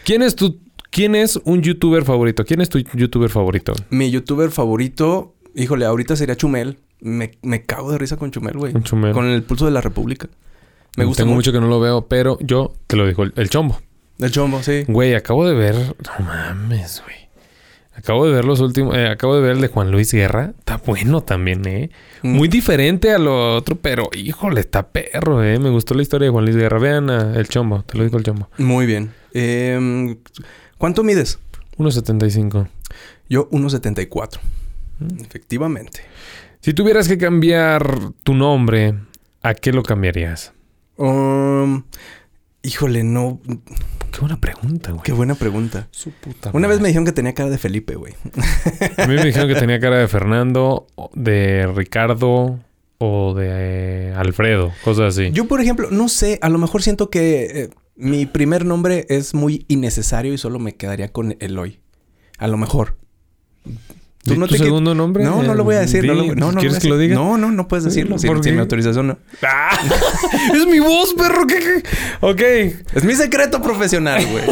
[SPEAKER 2] ¿Quién es tu... ¿Quién es un youtuber favorito? ¿Quién es tu youtuber favorito?
[SPEAKER 1] Mi youtuber favorito, híjole, ahorita sería Chumel. Me, me cago de risa con Chumel, güey.
[SPEAKER 2] Con Chumel.
[SPEAKER 1] Con el pulso de la República. Me gusta
[SPEAKER 2] Tengo
[SPEAKER 1] mucho.
[SPEAKER 2] mucho que no lo veo, pero yo te lo digo, el- el chombo.
[SPEAKER 1] El chombo, sí.
[SPEAKER 2] Güey, acabo de ver. No mames, güey. Acabo de ver los últimos. eh, acabo de ver el de Juan Luis Guerra. Está bueno también, ¿eh? Muy diferente a lo otro, pero híjole, está perro, ¿eh? Me gustó la historia de Juan Luis Guerra. Vean a el chombo, te lo digo el chombo.
[SPEAKER 1] Muy bien. Em, ¿Cuánto mides?
[SPEAKER 2] 1.75.
[SPEAKER 1] Yo 1.74. Efectivamente.
[SPEAKER 2] Mm. Si tuvieras que cambiar tu nombre, ¿a qué lo cambiarías?
[SPEAKER 1] Um, híjole, no.
[SPEAKER 2] Qué buena pregunta, güey.
[SPEAKER 1] Qué buena pregunta.
[SPEAKER 2] Su puta
[SPEAKER 1] Una vez me
[SPEAKER 2] madre.
[SPEAKER 1] dijeron que tenía cara de Felipe, güey.
[SPEAKER 2] A mí me dijeron que tenía cara de Fernando, o de Ricardo o de eh, Alfredo, cosas así.
[SPEAKER 1] Yo, por ejemplo, no sé, a lo mejor siento que eh, mi primer nombre es muy innecesario y solo me quedaría con Eloy. A lo mejor.
[SPEAKER 2] ¿Tú no tu
[SPEAKER 1] qui-
[SPEAKER 2] segundo nombre?
[SPEAKER 1] No, no lo voy a decir. No, lo,
[SPEAKER 2] Di-
[SPEAKER 1] no, no lo voy a
[SPEAKER 2] ¿Quieres que lo
[SPEAKER 1] decir.
[SPEAKER 2] diga?
[SPEAKER 1] No, no, no puedes decirlo. Sin,
[SPEAKER 2] ¿Por
[SPEAKER 1] sin
[SPEAKER 2] qué?
[SPEAKER 1] mi autorización, no.
[SPEAKER 2] ¡Ah! *laughs* es mi voz, perro. ¿Qué, qué? Ok.
[SPEAKER 1] Es mi secreto profesional,
[SPEAKER 2] *laughs*
[SPEAKER 1] güey.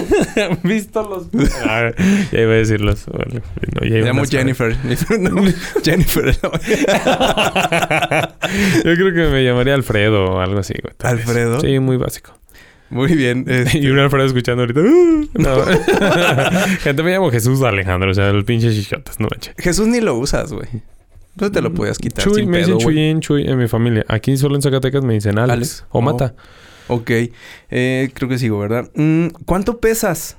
[SPEAKER 2] ¿Han *laughs* visto los...? A ver, ya iba a decirlos. Vale. No, ya
[SPEAKER 1] Me
[SPEAKER 2] iba
[SPEAKER 1] llamo
[SPEAKER 2] a-
[SPEAKER 1] Jennifer. *laughs*
[SPEAKER 2] *laughs*
[SPEAKER 1] No, Jennifer.
[SPEAKER 2] Yo creo que me llamaría Alfredo o algo así. güey, tal vez.
[SPEAKER 1] ¿Alfredo?
[SPEAKER 2] Sí, muy básico.
[SPEAKER 1] Muy bien. eh,
[SPEAKER 2] *laughs* Y un Alfredo
[SPEAKER 1] *laughs*
[SPEAKER 2] escuchando ahorita. *laughs* "Uh", no. Gente, me llamo Jesús Alejandro. O sea, el pinche chichotas. No manches.
[SPEAKER 1] Jesús ni lo usas, güey. Entonces te lo podías quitar
[SPEAKER 2] Chuy,
[SPEAKER 1] sin
[SPEAKER 2] me
[SPEAKER 1] pedo,
[SPEAKER 2] dicen
[SPEAKER 1] güey.
[SPEAKER 2] Chuyín, Chuy en mi familia. Aquí solo en Zacatecas me dicen Alex,
[SPEAKER 1] Alex.
[SPEAKER 2] o
[SPEAKER 1] Oh.
[SPEAKER 2] Mata.
[SPEAKER 1] Ok. Eh, creo que sigo, ¿verdad? Mm, ¿Cuánto pesas?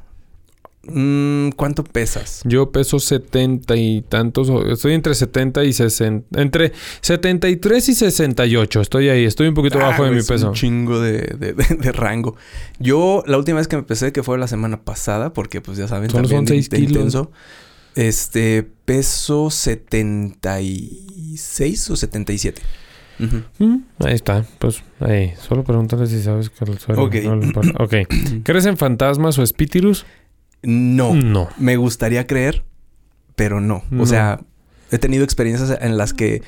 [SPEAKER 1] Mm, ¿Cuánto pesas?
[SPEAKER 2] Yo peso 70 y tantos, o- estoy entre 70 y 60, entre 73 y 68, estoy ahí, estoy un poquito
[SPEAKER 1] Ah,
[SPEAKER 2] bajo de
[SPEAKER 1] güey,
[SPEAKER 2] mi
[SPEAKER 1] es un
[SPEAKER 2] peso.
[SPEAKER 1] chingo de, de- de- de rango. Yo, la última vez que me pesé, que fue la semana pasada, porque pues ya saben,
[SPEAKER 2] Solo son
[SPEAKER 1] de-
[SPEAKER 2] seis
[SPEAKER 1] de
[SPEAKER 2] kilos.
[SPEAKER 1] intenso. Este, peso 76 o 77. Ujú.
[SPEAKER 2] Mm, Ahí está, pues ahí, solo pregúntale si sabes cuál suelo.
[SPEAKER 1] Ok.
[SPEAKER 2] no le importa.
[SPEAKER 1] *clears throat*
[SPEAKER 2] ok. ¿Crees en fantasmas o espíritus?
[SPEAKER 1] No.
[SPEAKER 2] No.
[SPEAKER 1] Me gustaría creer, pero no.
[SPEAKER 2] No.
[SPEAKER 1] O sea, he tenido experiencias en las que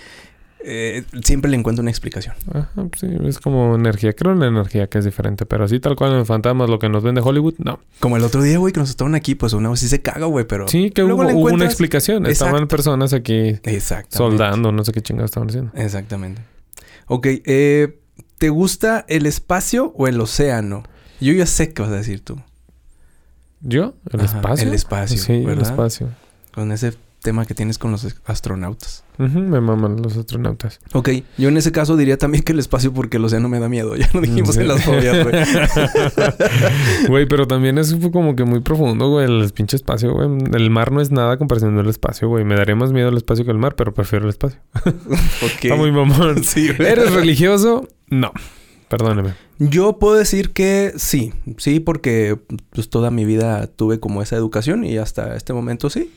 [SPEAKER 1] eh, siempre le encuentro una explicación.
[SPEAKER 2] Ajá, sí, es como energía, creo en la energía que es diferente, pero así tal cual en fantasmas lo que nos vende Hollywood, no.
[SPEAKER 1] Como el otro día, güey, que nos estaban aquí, pues uno sí se caga, güey, pero.
[SPEAKER 2] Sí, que
[SPEAKER 1] luego
[SPEAKER 2] hubo,
[SPEAKER 1] le
[SPEAKER 2] hubo una
[SPEAKER 1] encuentras-
[SPEAKER 2] explicación, estaban
[SPEAKER 1] Exacto.
[SPEAKER 2] personas aquí
[SPEAKER 1] Exactamente.
[SPEAKER 2] soldando, no sé qué chingados estaban haciendo.
[SPEAKER 1] Exactamente. Ok, eh, ¿te gusta el espacio o el océano? Yo ya sé qué vas a decir tú.
[SPEAKER 2] ¿Yo? ¿El
[SPEAKER 1] Ajá,
[SPEAKER 2] espacio?
[SPEAKER 1] El espacio.
[SPEAKER 2] Sí, el
[SPEAKER 1] ¿verdad?
[SPEAKER 2] espacio.
[SPEAKER 1] Con ese tema que tienes con los astronautas.
[SPEAKER 2] Ujú, me maman
[SPEAKER 1] *laughs*
[SPEAKER 2] los astronautas.
[SPEAKER 1] Ok, yo en ese caso diría también que el espacio porque el océano me da miedo. Ya lo dijimos en las fobias, güey.
[SPEAKER 2] *laughs* Güey, pero también es como que muy profundo, güey, el pinche espacio, güey. El mar no es nada a comparación del espacio, güey. Me daría más miedo el espacio que el mar, pero prefiero el espacio.
[SPEAKER 1] Ok.
[SPEAKER 2] Está muy
[SPEAKER 1] *laughs*
[SPEAKER 2] mamón.
[SPEAKER 1] Sí, güey.
[SPEAKER 2] ¿Eres religioso? No. Perdóneme.
[SPEAKER 1] Yo puedo decir que sí, sí, porque pues toda mi vida tuve como esa educación y hasta este momento sí.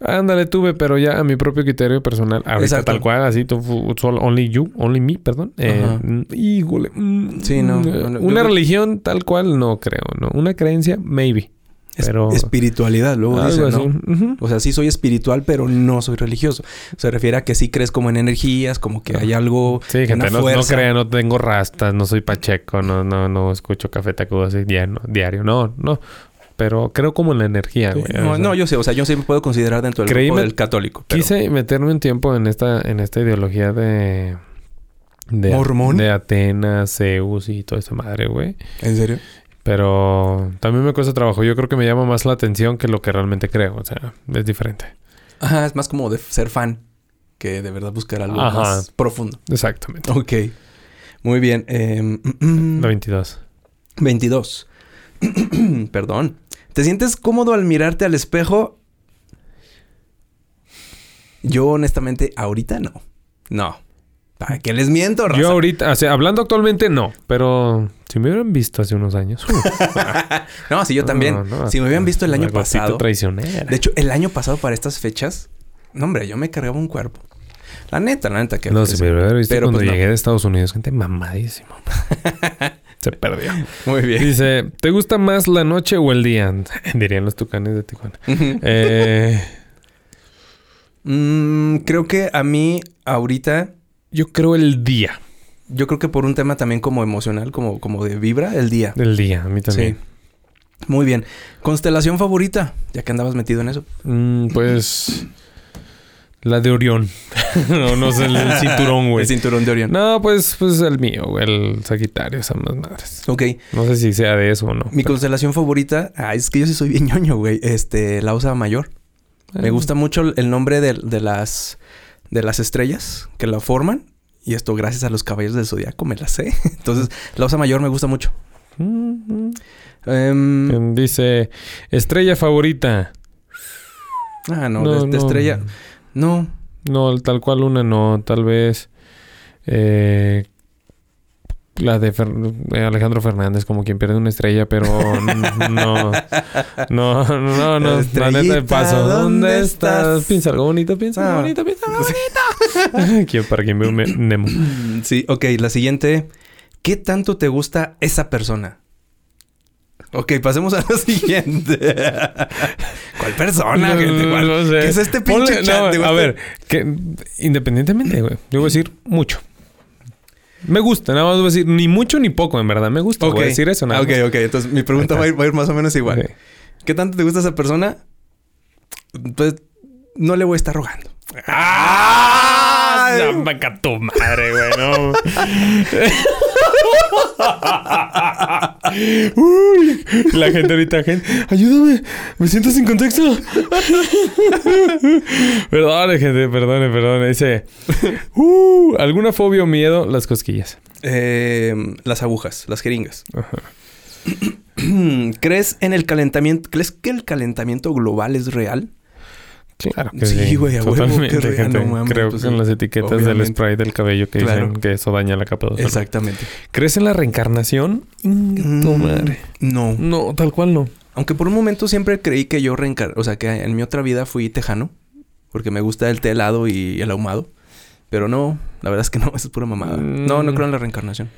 [SPEAKER 2] Ándale, tuve, pero ya a mi propio criterio personal. Ahorita
[SPEAKER 1] Exacto.
[SPEAKER 2] tal cual, así, tú, fu- solo- only you, only me, perdón. Eh,
[SPEAKER 1] Ajá.
[SPEAKER 2] mm, híjole. mm,
[SPEAKER 1] Sí, no,
[SPEAKER 2] mm,
[SPEAKER 1] no, no, yo
[SPEAKER 2] Una
[SPEAKER 1] creo-
[SPEAKER 2] religión tal cual, no creo, ¿no? Una creencia, maybe.
[SPEAKER 1] Es-
[SPEAKER 2] Pero...
[SPEAKER 1] espiritualidad, luego
[SPEAKER 2] algo
[SPEAKER 1] dicen,
[SPEAKER 2] así.
[SPEAKER 1] ¿no?
[SPEAKER 2] Ujú.
[SPEAKER 1] O sea, sí soy espiritual, pero no soy religioso. Se refiere a que sí crees como en energías, como
[SPEAKER 2] Ah.
[SPEAKER 1] que hay algo,
[SPEAKER 2] Sí,
[SPEAKER 1] una
[SPEAKER 2] gente, no, no
[SPEAKER 1] fuerza.
[SPEAKER 2] crea, no tengo rastas, no soy pacheco, no, no, no escucho café tacuba así diario, diario, no, no. Pero creo como en la energía,
[SPEAKER 1] Sí,
[SPEAKER 2] güey. o
[SPEAKER 1] No,
[SPEAKER 2] sea,
[SPEAKER 1] no, yo sé, o sea, yo sí me puedo considerar dentro del
[SPEAKER 2] Creíme-
[SPEAKER 1] grupo del católico. pero-
[SPEAKER 2] Quise meterme un tiempo en esta, en esta ideología de... de
[SPEAKER 1] ¿Mormón?
[SPEAKER 2] De Atenas, Zeus y toda esa madre, güey.
[SPEAKER 1] ¿En serio?
[SPEAKER 2] Pero también me cuesta trabajo. Yo creo que me llama más la atención que lo que realmente creo. O sea, es diferente.
[SPEAKER 1] Ajá, es más como de ser fan que de verdad buscar algo
[SPEAKER 2] Ajá.
[SPEAKER 1] más profundo.
[SPEAKER 2] Exactamente.
[SPEAKER 1] Ok. Muy bien. eh, *clears throat* mm, mm,
[SPEAKER 2] La 22.
[SPEAKER 1] 22. *clears throat* Perdón. ¿Te sientes cómodo al mirarte al espejo? Yo honestamente ahorita no. No. ¿Para qué les miento, raza?
[SPEAKER 2] Yo ahorita, o sea, hablando actualmente no, pero si me hubieran visto hace unos años.
[SPEAKER 1] No, sí, *laughs* yo también. si me hubieran visto el año pasado.
[SPEAKER 2] Traicionera.
[SPEAKER 1] De hecho, el año pasado para estas fechas, no, hombre, yo me cargaba un cuerpo. La neta, la neta que
[SPEAKER 2] no, si me hubieran visto
[SPEAKER 1] Pero,
[SPEAKER 2] cuando
[SPEAKER 1] pues, no.
[SPEAKER 2] llegué de Estados Unidos,
[SPEAKER 1] *laughs*
[SPEAKER 2] gente mamadísima. Se perdió.
[SPEAKER 1] Muy *laughs* bien.
[SPEAKER 2] Dice, ¿te gusta más la noche o el día? *laughs* Dirían los tucanes de Tijuana. Eh,
[SPEAKER 1] Mm, creo que a mí ahorita,
[SPEAKER 2] yo creo el día.
[SPEAKER 1] yo creo que por un tema también como emocional, como, como de vibra, el día.
[SPEAKER 2] El día, a mí también.
[SPEAKER 1] Sí. Muy bien. Constelación favorita, ya que andabas metido en eso.
[SPEAKER 2] Mm, pues. La de Orión. *laughs* no, no sé, el,
[SPEAKER 1] *laughs*
[SPEAKER 2] el cinturón, güey.
[SPEAKER 1] El cinturón de Orión.
[SPEAKER 2] No, pues, pues el mío, güey, el Sagitario, esas más madres.
[SPEAKER 1] Ok.
[SPEAKER 2] No sé si sea de eso o no.
[SPEAKER 1] Mi constelación favorita, ah, es que yo sí soy bien *laughs* ñoño, güey. Este, la Osa Mayor. Me gusta mucho el- el nombre de, de las de las estrellas que la forman. Y esto gracias a los caballeros del zodiaco me la sé. *laughs* Entonces, la Osa Mayor me gusta mucho.
[SPEAKER 2] Mm,
[SPEAKER 1] Em,
[SPEAKER 2] mm. Dice, estrella favorita.
[SPEAKER 1] ah, no, de, de estrella. No.
[SPEAKER 2] No, tal cual una no. Tal vez. eh, la de Fer- eh, Alejandro Fernández, como quien pierde una estrella,
[SPEAKER 1] *laughs*
[SPEAKER 2] pero n- no. No, no, no. La neta de
[SPEAKER 1] Estrellita,
[SPEAKER 2] paso.
[SPEAKER 1] ¿dónde
[SPEAKER 2] ¿Dónde estás?
[SPEAKER 1] estás?
[SPEAKER 2] Piensa algo bonito, piensa algo
[SPEAKER 1] Ah.
[SPEAKER 2] bonito, piensa algo
[SPEAKER 1] *laughs*
[SPEAKER 2] bonito. Quien- Para quien veo Nemo.
[SPEAKER 1] Mm, Sí, ok, la siguiente. ¿Qué tanto te gusta esa persona? Ok, pasemos a la *laughs* siguiente. ¿Cuál persona? gente? ¿Cuál?
[SPEAKER 2] No sé.
[SPEAKER 1] ¿Qué es este pinche
[SPEAKER 2] Ponle-
[SPEAKER 1] chat?
[SPEAKER 2] no,
[SPEAKER 1] ¿Te
[SPEAKER 2] a
[SPEAKER 1] gusta?
[SPEAKER 2] ver, que independientemente, güey, yo voy a decir mucho. Me gusta, nada más voy a decir ni mucho ni poco, en verdad. Me gusta. Voy a decir eso, nada
[SPEAKER 1] ok,
[SPEAKER 2] más.
[SPEAKER 1] ok. Entonces, mi pregunta
[SPEAKER 2] Ahí está.
[SPEAKER 1] va a, ir, va a ir más o menos igual.
[SPEAKER 2] Ok.
[SPEAKER 1] ¿Qué tanto te gusta esa persona? Pues no le voy a estar rogando.
[SPEAKER 2] ¡Ah!
[SPEAKER 1] ¡Ay!
[SPEAKER 2] No, vaca tu madre, güey, no. Uy, la gente ahorita, gente, ayúdame, me siento sin contexto. perdone, gente, perdone, perdone. Dice, uh, ¿alguna fobia o miedo? Las cosquillas.
[SPEAKER 1] Eh, las agujas, las jeringas. *clears throat*
[SPEAKER 2] Ajá.
[SPEAKER 1] ¿Crees en el calentamiento? ¿Crees que el calentamiento global es real?
[SPEAKER 2] Claro que sí.
[SPEAKER 1] Sí, güey, a huevo,
[SPEAKER 2] totalmente,
[SPEAKER 1] qué re-
[SPEAKER 2] gente.
[SPEAKER 1] no mames,
[SPEAKER 2] Creo
[SPEAKER 1] pues
[SPEAKER 2] que en
[SPEAKER 1] sí,
[SPEAKER 2] las etiquetas del
[SPEAKER 1] obviamente.
[SPEAKER 2] spray del cabello que
[SPEAKER 1] Claro.
[SPEAKER 2] dicen que eso daña la capa de ozono.
[SPEAKER 1] Exactamente.
[SPEAKER 2] ¿Crees en la reencarnación? Inga tu
[SPEAKER 1] Mm,
[SPEAKER 2] madre.
[SPEAKER 1] No.
[SPEAKER 2] No, tal cual no.
[SPEAKER 1] Aunque por un momento siempre creí que yo reencarné. O sea, que en mi otra vida fui tejano. Porque me gusta el té helado y el ahumado. Pero no, la verdad es que no, *laughs* eso es pura mamada.
[SPEAKER 2] Mm.
[SPEAKER 1] No, no creo en la reencarnación.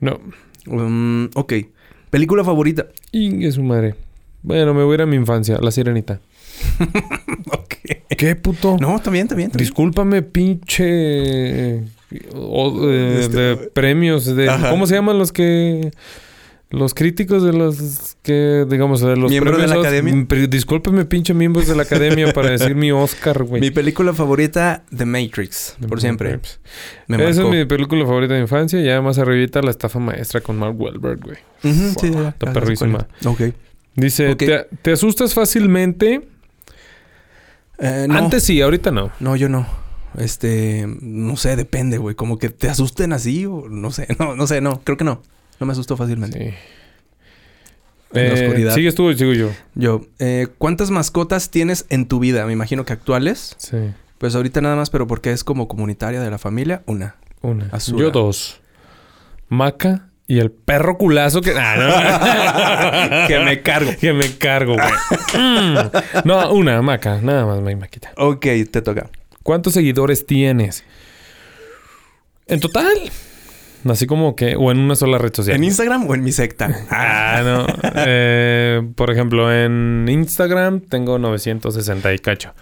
[SPEAKER 2] No.
[SPEAKER 1] Um, ok. ¿Película favorita? *laughs*
[SPEAKER 2] Ingue su madre. Bueno, me voy a ir a mi infancia, la sirenita.
[SPEAKER 1] Ok.
[SPEAKER 2] ¿Qué puto?
[SPEAKER 1] No, también, también. también.
[SPEAKER 2] Discúlpame, pinche. o- eh,
[SPEAKER 1] Este-
[SPEAKER 2] de premios. De,
[SPEAKER 1] Ajá.
[SPEAKER 2] ¿Cómo se llaman los que.? Los críticos de los que, digamos, de los
[SPEAKER 1] ¿Miembros de la
[SPEAKER 2] premios-
[SPEAKER 1] academia?
[SPEAKER 2] pri- Discúlpeme, pinche miembros de la academia, para decir mi Oscar, güey.
[SPEAKER 1] Mi película favorita, The Matrix. Por siempre. Me
[SPEAKER 2] Esa es
[SPEAKER 1] marcó.
[SPEAKER 2] mi película favorita de infancia. Y además arribita la estafa maestra con Mark Wahlberg, güey.
[SPEAKER 1] Ujú, sí,
[SPEAKER 2] Fuck,
[SPEAKER 1] ya,
[SPEAKER 2] está
[SPEAKER 1] ya,
[SPEAKER 2] perrísima.
[SPEAKER 1] Ok.
[SPEAKER 2] Dice,
[SPEAKER 1] Ok.
[SPEAKER 2] ¿te, te asustas fácilmente?
[SPEAKER 1] Eh, no.
[SPEAKER 2] Antes sí, ahorita no.
[SPEAKER 1] No, yo no. Este, no sé, depende, güey. Como que te asusten así o no sé. *laughs* No, no sé, no. Creo que no. No me asustó fácilmente.
[SPEAKER 2] Sí.
[SPEAKER 1] En la
[SPEAKER 2] Eh,
[SPEAKER 1] oscuridad.
[SPEAKER 2] ¿Sigues tú o sigo yo?
[SPEAKER 1] Yo, eh, ¿cuántas mascotas tienes en tu vida? Me imagino que actuales.
[SPEAKER 2] Sí.
[SPEAKER 1] Pues ahorita nada más, pero porque es como comunitaria de la familia, una.
[SPEAKER 2] Una.
[SPEAKER 1] Azura.
[SPEAKER 2] Yo dos. Maca Y el perro culazo que. Ah,
[SPEAKER 1] *laughs*
[SPEAKER 2] no.
[SPEAKER 1] Que me cargo.
[SPEAKER 2] Que me cargo, güey. Mm. no, una maca. Nada más mi maquita.
[SPEAKER 1] Ok, te toca.
[SPEAKER 2] ¿Cuántos seguidores tienes? En total. Así como que. O en una sola red social.
[SPEAKER 1] ¿En Instagram o en mi secta?
[SPEAKER 2] Ah, no. Eh, por ejemplo, en Instagram tengo 960 y cacho.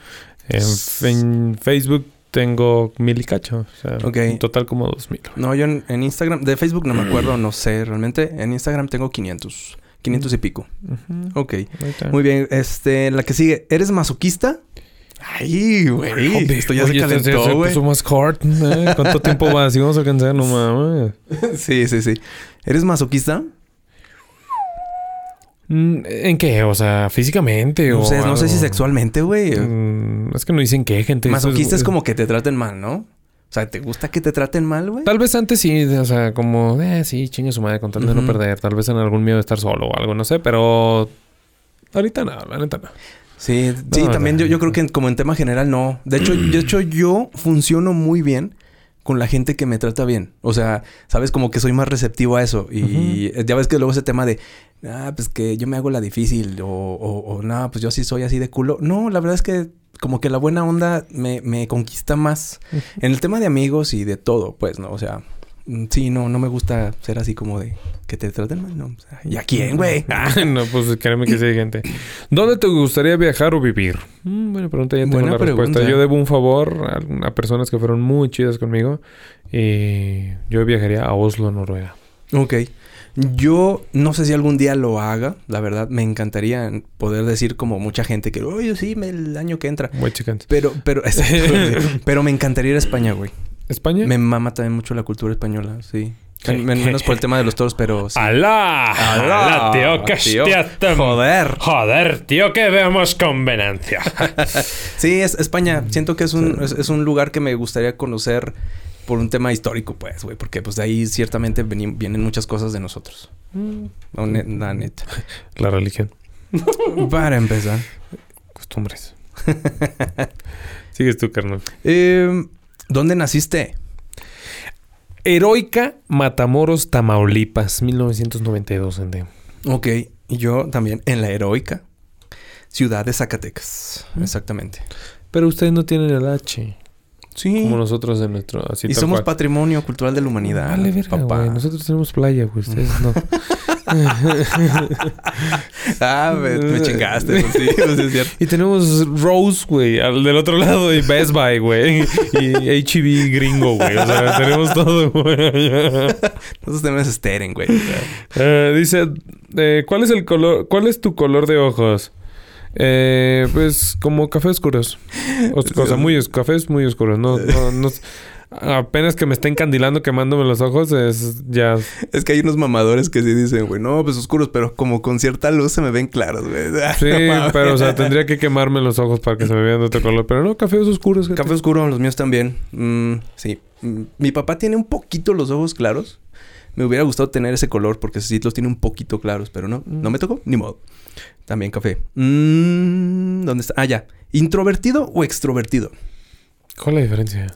[SPEAKER 2] En, en Facebook tengo mil y cacho. O sea,
[SPEAKER 1] Ok.
[SPEAKER 2] en total como 2000.
[SPEAKER 1] *laughs* No, yo en, en Instagram, de Facebook no me acuerdo, no sé realmente. En Instagram tengo 500. 500 y pico. Ok.
[SPEAKER 2] Ahí está.
[SPEAKER 1] Muy bien. Este, la que sigue. ¿Eres masoquista? Ay, güey.
[SPEAKER 2] Hombre,
[SPEAKER 1] Esto ya se
[SPEAKER 2] oye, este, esto
[SPEAKER 1] calentó,
[SPEAKER 2] se
[SPEAKER 1] güey.
[SPEAKER 2] puso más pues, hard, ¿eh? ¿Cuánto tiempo va? Si vamos a alcanzar, no mames.
[SPEAKER 1] Sí, sí, sí. ¿Eres masoquista?
[SPEAKER 2] Mm, ¿En qué? O sea, físicamente Eh, o.
[SPEAKER 1] No sé, no sé si
[SPEAKER 2] algo?
[SPEAKER 1] sexualmente, güey.
[SPEAKER 2] Mm, es que no dicen qué, gente. Eso
[SPEAKER 1] Masoquista es como que te traten mal, ¿no? O sea, ¿te gusta que te traten mal, güey?
[SPEAKER 2] Tal vez antes sí, o sea, como, eh, sí, chingue su madre, con tal de no
[SPEAKER 1] Ujú.
[SPEAKER 2] perder. Tal vez en algún miedo de estar solo o algo, no sé, pero. Ahorita no, la neta no.
[SPEAKER 1] Sí, sí,
[SPEAKER 2] no,
[SPEAKER 1] también
[SPEAKER 2] no.
[SPEAKER 1] yo, yo creo que en- como en tema general no. De hecho, de hecho, yo funciono muy bien con la gente que me trata bien. O sea, sabes, como que soy más receptivo a eso. Y eh, ya ves que luego ese tema de, ah, pues que yo me hago la difícil o, o, o, no, pues yo sí soy así de culo. No, la verdad es que como que la buena onda me, me conquista más. En el tema de amigos y de todo, pues, ¿no? O sea, mm, sí, no, no me gusta ser así como de que te traten mal, ¿no? O sea, ¿Y a quién,
[SPEAKER 2] *laughs*
[SPEAKER 1] güey? Ah,
[SPEAKER 2] no, pues créeme que sí hay gente. ¿Dónde te gustaría viajar o vivir? Mm, buena pregunta, ya tengo
[SPEAKER 1] Buena
[SPEAKER 2] la respuesta.
[SPEAKER 1] pregunta.
[SPEAKER 2] Yo debo un favor a, a personas que fueron muy chidas conmigo y yo viajaría a Oslo, Noruega.
[SPEAKER 1] Ok. Yo no sé si algún día lo haga, la verdad, me encantaría poder decir como mucha gente que, oye, sí, me- el año que entra.
[SPEAKER 2] Muy chicas.
[SPEAKER 1] Pero, pero, *laughs* pero me encantaría ir a España, güey.
[SPEAKER 2] ¿España?
[SPEAKER 1] Me mama también mucho la cultura española, sí. Men- men- menos por el tema de los toros, pero sí. *laughs*
[SPEAKER 2] ¡Alá!
[SPEAKER 1] ¡Alá,
[SPEAKER 2] tío! ¡Qué
[SPEAKER 1] tío!
[SPEAKER 2] hostiatem!
[SPEAKER 1] Joder.
[SPEAKER 2] ¡Joder, tío! ¡Que vemos *laughs* conveniencia!
[SPEAKER 1] Sí, es España. Siento que es un, es, es un lugar que me gustaría conocer por un tema histórico, pues, güey. Porque pues de ahí ciertamente veni- vienen muchas cosas de nosotros. La ne- la *laughs* neta.
[SPEAKER 2] Mm, La religión.
[SPEAKER 1] Para empezar. *laughs*
[SPEAKER 2] Costumbres. Sigues tú, carnal.
[SPEAKER 1] Eh, ¿Dónde naciste?
[SPEAKER 2] Heroica Matamoros, Tamaulipas, 1992. gente.
[SPEAKER 1] Ok, y yo también en la heroica ciudad de Zacatecas. Exactamente.
[SPEAKER 2] Pero ustedes no tienen el H.
[SPEAKER 1] Sí.
[SPEAKER 2] Como nosotros en nuestro... Así
[SPEAKER 1] y
[SPEAKER 2] tal
[SPEAKER 1] somos
[SPEAKER 2] cual.
[SPEAKER 1] patrimonio cultural de la humanidad.
[SPEAKER 2] Dale, verga,
[SPEAKER 1] papá. Mm.
[SPEAKER 2] güey. Nosotros tenemos playa, güey. Ustedes no.
[SPEAKER 1] *laughs* Ah, me, me chingaste. pues sí, pues es *laughs* cierto.
[SPEAKER 2] Y tenemos Rose, güey, al del otro lado y Best Buy, güey. Y HB gringo, güey. O sea, tenemos todo, güey.
[SPEAKER 1] Nosotros tenemos Steren, güey.
[SPEAKER 2] Eh, dice, eh, ¿cuál es el color? ¿Cuál es tu color de ojos? Eh, pues como café oscuros. Os- O sea, muy os- cafés muy oscuros. No, no, no- apenas que me esté encandilando quemándome los ojos es ya.
[SPEAKER 1] Es que hay unos mamadores que sí dicen, güey, no, pues oscuros, pero como con cierta luz se me ven claros, güey. *laughs*
[SPEAKER 2] Sí, pero o sea, tendría que quemarme los ojos para que se me vean de otro color. Pero no, cafés oscuros. gente.
[SPEAKER 1] Café oscuro, los míos también. Mm, sí. Mm, mi papá tiene un poquito los ojos claros. Me hubiera gustado tener ese color porque sí los tiene un poquito claros, pero no, no me tocó, ni modo. También café. Mm, ¿Dónde está? Ah, ya. ¿Introvertido o extrovertido?
[SPEAKER 2] ¿Cuál es la diferencia?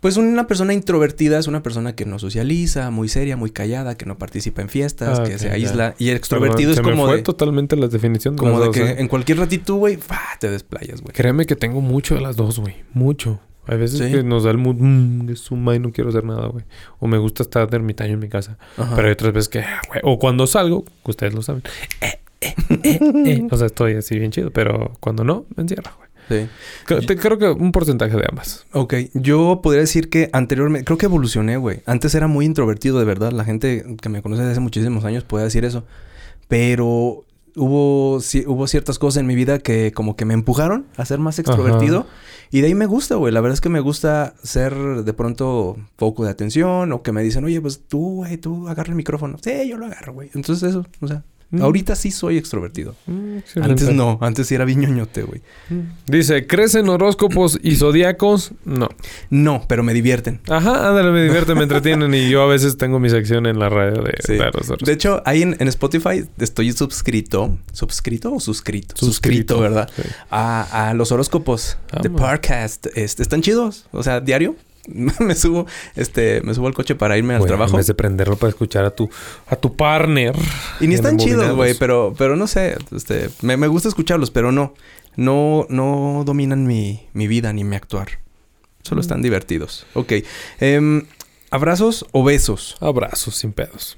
[SPEAKER 1] Pues una persona introvertida es una persona que no socializa, muy seria, muy callada, que no participa en fiestas,
[SPEAKER 2] Ah,
[SPEAKER 1] que
[SPEAKER 2] ok,
[SPEAKER 1] se
[SPEAKER 2] ya.
[SPEAKER 1] aísla. Y el extrovertido
[SPEAKER 2] Perdón, se
[SPEAKER 1] es
[SPEAKER 2] me
[SPEAKER 1] como
[SPEAKER 2] fue
[SPEAKER 1] de,
[SPEAKER 2] totalmente la definición. de
[SPEAKER 1] como
[SPEAKER 2] las
[SPEAKER 1] de
[SPEAKER 2] dos,
[SPEAKER 1] que
[SPEAKER 2] ¿eh?
[SPEAKER 1] en cualquier ratito, güey, ¡fa! te desplayas, güey.
[SPEAKER 2] Créeme que tengo mucho de las dos, güey. Mucho. Hay veces
[SPEAKER 1] Sí.
[SPEAKER 2] que nos da el mood, mmm, que suma y no quiero hacer nada, güey. O me gusta estar de ermitaño en mi casa.
[SPEAKER 1] Ajá.
[SPEAKER 2] Pero hay otras veces que, ah, güey. O cuando salgo, que ustedes lo saben. eh, eh, eh, eh. O sea, estoy así bien chido, pero cuando no, me encierro, güey.
[SPEAKER 1] Sí.
[SPEAKER 2] Creo, te- creo que un porcentaje de ambas.
[SPEAKER 1] Ok, yo podría decir que anteriormente, creo que evolucioné, güey. Antes era muy introvertido, de verdad. La gente que me conoce desde hace muchísimos años puede decir eso. Pero hubo, ci- hubo ciertas cosas en mi vida que como que me empujaron a ser más extrovertido.
[SPEAKER 2] Ajá.
[SPEAKER 1] Y de ahí me gusta, güey. La verdad es que me gusta ser de pronto foco de atención o que me dicen, oye, pues tú, güey, tú agarra el micrófono. Sí, yo lo agarro, güey. Entonces eso, o sea,
[SPEAKER 2] Mm.
[SPEAKER 1] ahorita sí soy extrovertido.
[SPEAKER 2] Mm, excelente.
[SPEAKER 1] Antes no, antes sí era viñoñote, güey.
[SPEAKER 2] Mm. Dice, ¿crecen horóscopos y zodiacos? No.
[SPEAKER 1] No, pero me divierten.
[SPEAKER 2] Ajá, ándale, me divierte, me entretienen. Y yo a veces tengo mi sección en la radio de,
[SPEAKER 1] Sí.
[SPEAKER 2] de los horóscopos.
[SPEAKER 1] De hecho, ahí en, en Spotify estoy suscrito. ¿Suscrito o suscrito?
[SPEAKER 2] Suscrito,
[SPEAKER 1] ¿verdad?
[SPEAKER 2] sí.
[SPEAKER 1] A, a los horóscopos de
[SPEAKER 2] Vamos.
[SPEAKER 1] podcast. Este, están chidos. O sea, diario *laughs* me subo, este, me subo al coche para irme al
[SPEAKER 2] Bueno,
[SPEAKER 1] trabajo.
[SPEAKER 2] En vez de prenderlo para escuchar a tu, a tu partner.
[SPEAKER 1] Y ni
[SPEAKER 2] en
[SPEAKER 1] están chidos,
[SPEAKER 2] Abominados.
[SPEAKER 1] güey, pero, pero no sé, este, me, me gusta escucharlos, pero no, no, no dominan mi, mi vida ni mi actuar. Solo
[SPEAKER 2] Mm.
[SPEAKER 1] están divertidos. Ok. Em, ¿Abrazos o besos?
[SPEAKER 2] Abrazos sin pedos.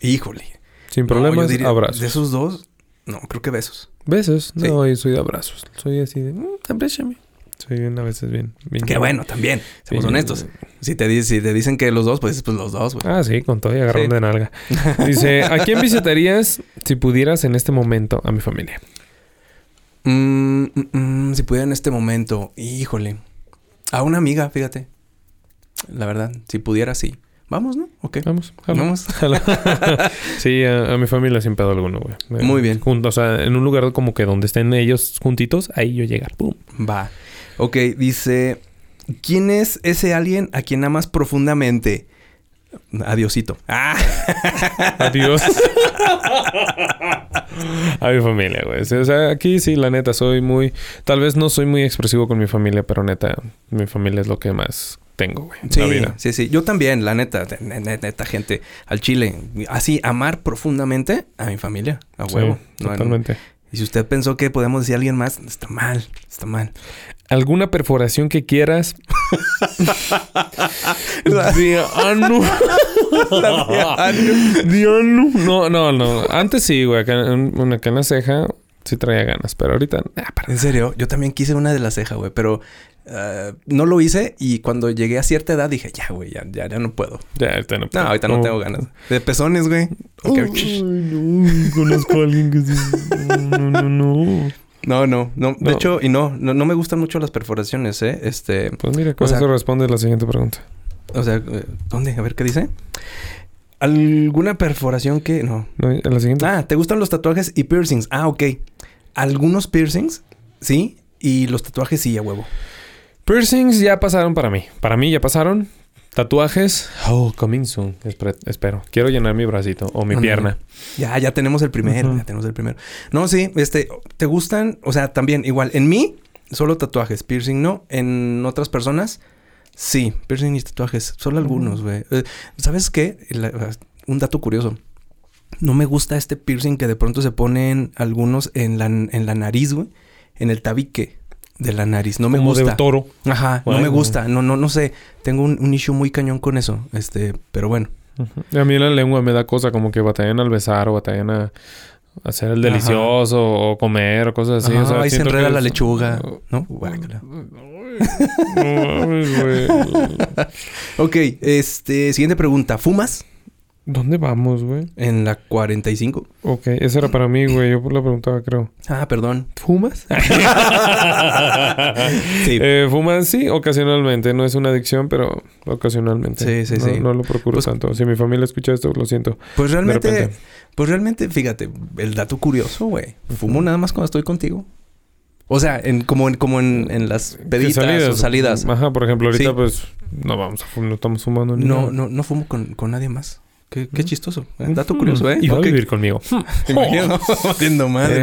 [SPEAKER 1] Híjole.
[SPEAKER 2] Sin
[SPEAKER 1] No,
[SPEAKER 2] problemas,
[SPEAKER 1] yo diría,
[SPEAKER 2] abrazos.
[SPEAKER 1] De esos dos, no, creo que besos.
[SPEAKER 2] ¿Besos?
[SPEAKER 1] Sí.
[SPEAKER 2] No, yo soy de abrazos. Soy así de, "Mm, abréchame. Soy bien, a veces bien. bien
[SPEAKER 1] Que bueno, también, seamos
[SPEAKER 2] Sí.
[SPEAKER 1] honestos. Si te, di- si te dicen que los dos, pues, pues los dos, güey.
[SPEAKER 2] Ah, sí, con todo y agarrón
[SPEAKER 1] Sí. *laughs*
[SPEAKER 2] de nalga. Dice, ¿a quién visitarías si pudieras en este momento a mi familia?
[SPEAKER 1] Mm, mm, mm, si pudiera en este momento, híjole. A una amiga, fíjate. La verdad, si pudiera, sí. Vamos, ¿no? Ok.
[SPEAKER 2] Ah, Vamos, jalo.
[SPEAKER 1] Vamos.
[SPEAKER 2] Jalo.
[SPEAKER 1] *laughs*
[SPEAKER 2] sí, a, a mi familia sin pedo alguno, güey. Eh,
[SPEAKER 1] Muy bien.
[SPEAKER 2] junto- o sea, en un lugar como que donde estén ellos juntitos, ahí yo llegar. ¡Pum!
[SPEAKER 1] Va. Ok, dice. ¿Quién es ese alguien a quien amas profundamente? Adiosito. Ah,
[SPEAKER 2] Adiós. A mi familia, güey. Sí, O sea, aquí sí, la neta, soy muy... Tal vez no soy muy expresivo con mi familia, pero neta, mi familia es lo que más tengo, güey. en
[SPEAKER 1] sí,
[SPEAKER 2] la vida.
[SPEAKER 1] sí, sí. Yo también, la neta, ne- ne- neta, gente, al chile. Así, amar profundamente a mi familia, a
[SPEAKER 2] Sí,
[SPEAKER 1] huevo. No, no.
[SPEAKER 2] totalmente.
[SPEAKER 1] Y si usted pensó que podemos decir a alguien más, está mal, está mal.
[SPEAKER 2] ¿Alguna perforación que quieras? De ano. De ano. No, no, no. Antes sí, güey. Acá, en- bueno, acá en la ceja sí traía ganas, pero ahorita... nah, para-
[SPEAKER 1] En serio, yo también quise una de las cejas, güey, pero eh, no lo hice y cuando llegué a cierta edad dije, ya, güey, ya, ya, ya no puedo.
[SPEAKER 2] Ya, ahorita no.
[SPEAKER 1] No, ahorita no, tengo ganas. De pezones, güey. Ok.
[SPEAKER 2] Oh. Ay, no, conozco a alguien que sí. No, no, no, no.
[SPEAKER 1] No, no, no. De
[SPEAKER 2] No.
[SPEAKER 1] hecho, y no, no, no me gustan mucho las perforaciones, ¿eh? Este,
[SPEAKER 2] Pues mira, con
[SPEAKER 1] O sea-
[SPEAKER 2] eso responde la siguiente pregunta.
[SPEAKER 1] o sea, eh, ¿dónde? A ver, ¿qué dice? ¿Alguna perforación que...? No.
[SPEAKER 2] No, a la siguiente.
[SPEAKER 1] Ah, ¿te gustan los tatuajes y piercings? Ah, ok. Algunos piercings, sí, y los tatuajes sí, a huevo.
[SPEAKER 2] Piercings ya pasaron para mí. Para mí ya pasaron. Tatuajes. Oh, coming soon. Espero. espero. Quiero llenar mi bracito o mi
[SPEAKER 1] Ándale.
[SPEAKER 2] pierna.
[SPEAKER 1] Ya, ya tenemos el primero,
[SPEAKER 2] Ujú.
[SPEAKER 1] ya tenemos el primero. No, sí, este, ¿te gustan? O sea, también, igual, en mí, solo tatuajes, piercing no. En otras personas, sí, piercing y tatuajes, solo algunos, güey. Eh, ¿Sabes qué? La- un dato curioso. No me gusta este piercing que de pronto se ponen algunos en la, en la nariz, güey. En el tabique de la nariz. No me
[SPEAKER 2] Como
[SPEAKER 1] gusta.
[SPEAKER 2] de toro.
[SPEAKER 1] Ajá, no
[SPEAKER 2] Bueno.
[SPEAKER 1] me gusta. No, no, no sé. Tengo un, un issue muy cañón con eso. Este, pero bueno.
[SPEAKER 2] Y A mí la lengua me da cosa como que batallan al besar o batallan a a hacer el
[SPEAKER 1] Ajá.
[SPEAKER 2] delicioso o comer o cosas así.
[SPEAKER 1] Ajá,
[SPEAKER 2] Pues o sea,
[SPEAKER 1] ahí se
[SPEAKER 2] siento
[SPEAKER 1] enreda
[SPEAKER 2] que
[SPEAKER 1] la
[SPEAKER 2] es-
[SPEAKER 1] lechuga, ¿no? Guácala.
[SPEAKER 2] uh, No mames, güey.
[SPEAKER 1] *laughs* Ok, este, siguiente pregunta. ¿Fumas
[SPEAKER 2] ¿Dónde vamos, güey?
[SPEAKER 1] en la 45?
[SPEAKER 2] Ok, esa era para mí, güey. Yo la preguntaba, creo.
[SPEAKER 1] Ah, perdón. ¿Fumas? *laughs* sí.
[SPEAKER 2] Eh, fuman, sí, ocasionalmente. No es una adicción, pero ocasionalmente.
[SPEAKER 1] Sí, sí,
[SPEAKER 2] No-
[SPEAKER 1] sí.
[SPEAKER 2] No lo procuro
[SPEAKER 1] Pues-
[SPEAKER 2] tanto. Si mi familia escucha esto, lo siento.
[SPEAKER 1] Pues
[SPEAKER 2] de
[SPEAKER 1] realmente,
[SPEAKER 2] repente.
[SPEAKER 1] pues realmente, fíjate, el dato curioso, güey. Fumo nada más cuando estoy contigo. O sea, en, como en, como en, en las pedidas o salidas.
[SPEAKER 2] Ajá, por ejemplo, ahorita
[SPEAKER 1] Sí.
[SPEAKER 2] pues no vamos a fumar, no estamos fumando ni
[SPEAKER 1] No,
[SPEAKER 2] nada.
[SPEAKER 1] no, no fumo con, con nadie más. Qué, qué chistoso.
[SPEAKER 2] Mm.
[SPEAKER 1] Dato curioso, ¿eh?
[SPEAKER 2] Y va
[SPEAKER 1] Ok.
[SPEAKER 2] a vivir conmigo.
[SPEAKER 1] Te imagino, valiendo *laughs* madre.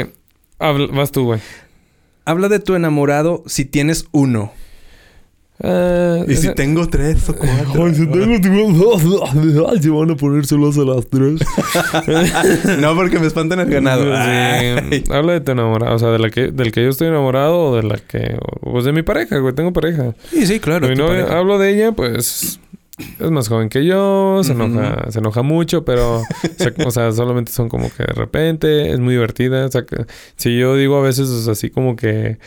[SPEAKER 2] Eh, habla- vas tú, güey.
[SPEAKER 1] Habla de tu enamorado si tienes uno.
[SPEAKER 2] Ah,
[SPEAKER 1] Y si *laughs*
[SPEAKER 2] esa-
[SPEAKER 1] tengo tres o cuatro.
[SPEAKER 2] Ay, si tengo- *laughs* Ay, se van a poner celos a las tres.
[SPEAKER 1] *laughs* no, porque me espantan el ganado. Ay.
[SPEAKER 2] Sí. Habla de tu enamorado, o sea, de la que, del que yo estoy enamorado o de la que. o- Pues de mi pareja, güey, tengo pareja.
[SPEAKER 1] Sí, sí, claro.
[SPEAKER 2] Mi
[SPEAKER 1] tu
[SPEAKER 2] novia-
[SPEAKER 1] pareja.
[SPEAKER 2] hablo de ella, pues. Es más joven que yo, se
[SPEAKER 1] Ujú.
[SPEAKER 2] enoja, se enoja mucho, pero. se- o sea, solamente son como que de repente, es muy divertida. O sea, que- si yo digo a veces, o sea, así como que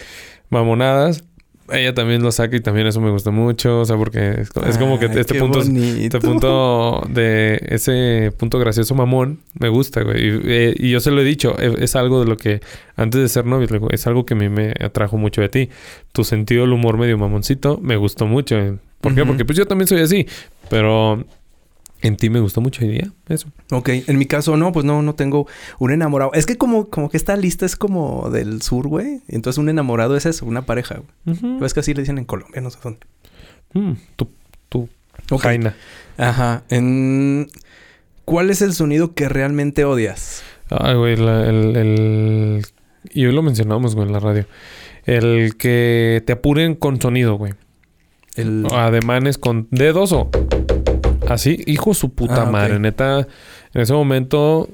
[SPEAKER 2] mamonadas, ella también lo saca y también eso me gusta mucho, o sea, porque es, co- es como que
[SPEAKER 1] Ay,
[SPEAKER 2] este
[SPEAKER 1] qué
[SPEAKER 2] punto. es-
[SPEAKER 1] bonito.
[SPEAKER 2] Este punto de ese punto gracioso mamón me gusta, güey. Y, eh, y yo se lo he dicho, e- es, algo de lo que antes de ser novios, le digo, es algo que a mí me atrajo mucho de ti. Tu sentido del humor medio mamoncito me gustó mucho. ¿Por qué?
[SPEAKER 1] Ujú.
[SPEAKER 2] Porque pues yo también soy así, pero en ti me gustó mucho y ya, eso.
[SPEAKER 1] Ok, en mi caso no, pues no, no tengo un enamorado. Es que como, como que esta lista es como del sur, güey. Entonces un enamorado es eso, una pareja. güey.
[SPEAKER 2] Ujú.
[SPEAKER 1] Es que así le dicen en Colombia, no sé dónde.
[SPEAKER 2] Mm, tu tu
[SPEAKER 1] Ok.
[SPEAKER 2] jaina.
[SPEAKER 1] Ajá. En... ¿Cuál es el sonido que realmente odias?
[SPEAKER 2] Ay, güey, la- el, el- Y hoy lo mencionamos, güey, en la radio. El que te apuren con sonido, güey.
[SPEAKER 1] El...
[SPEAKER 2] Ademanes con dedos o así. Hijo de su puta
[SPEAKER 1] Ah, ok.
[SPEAKER 2] madre, neta. En ese momento,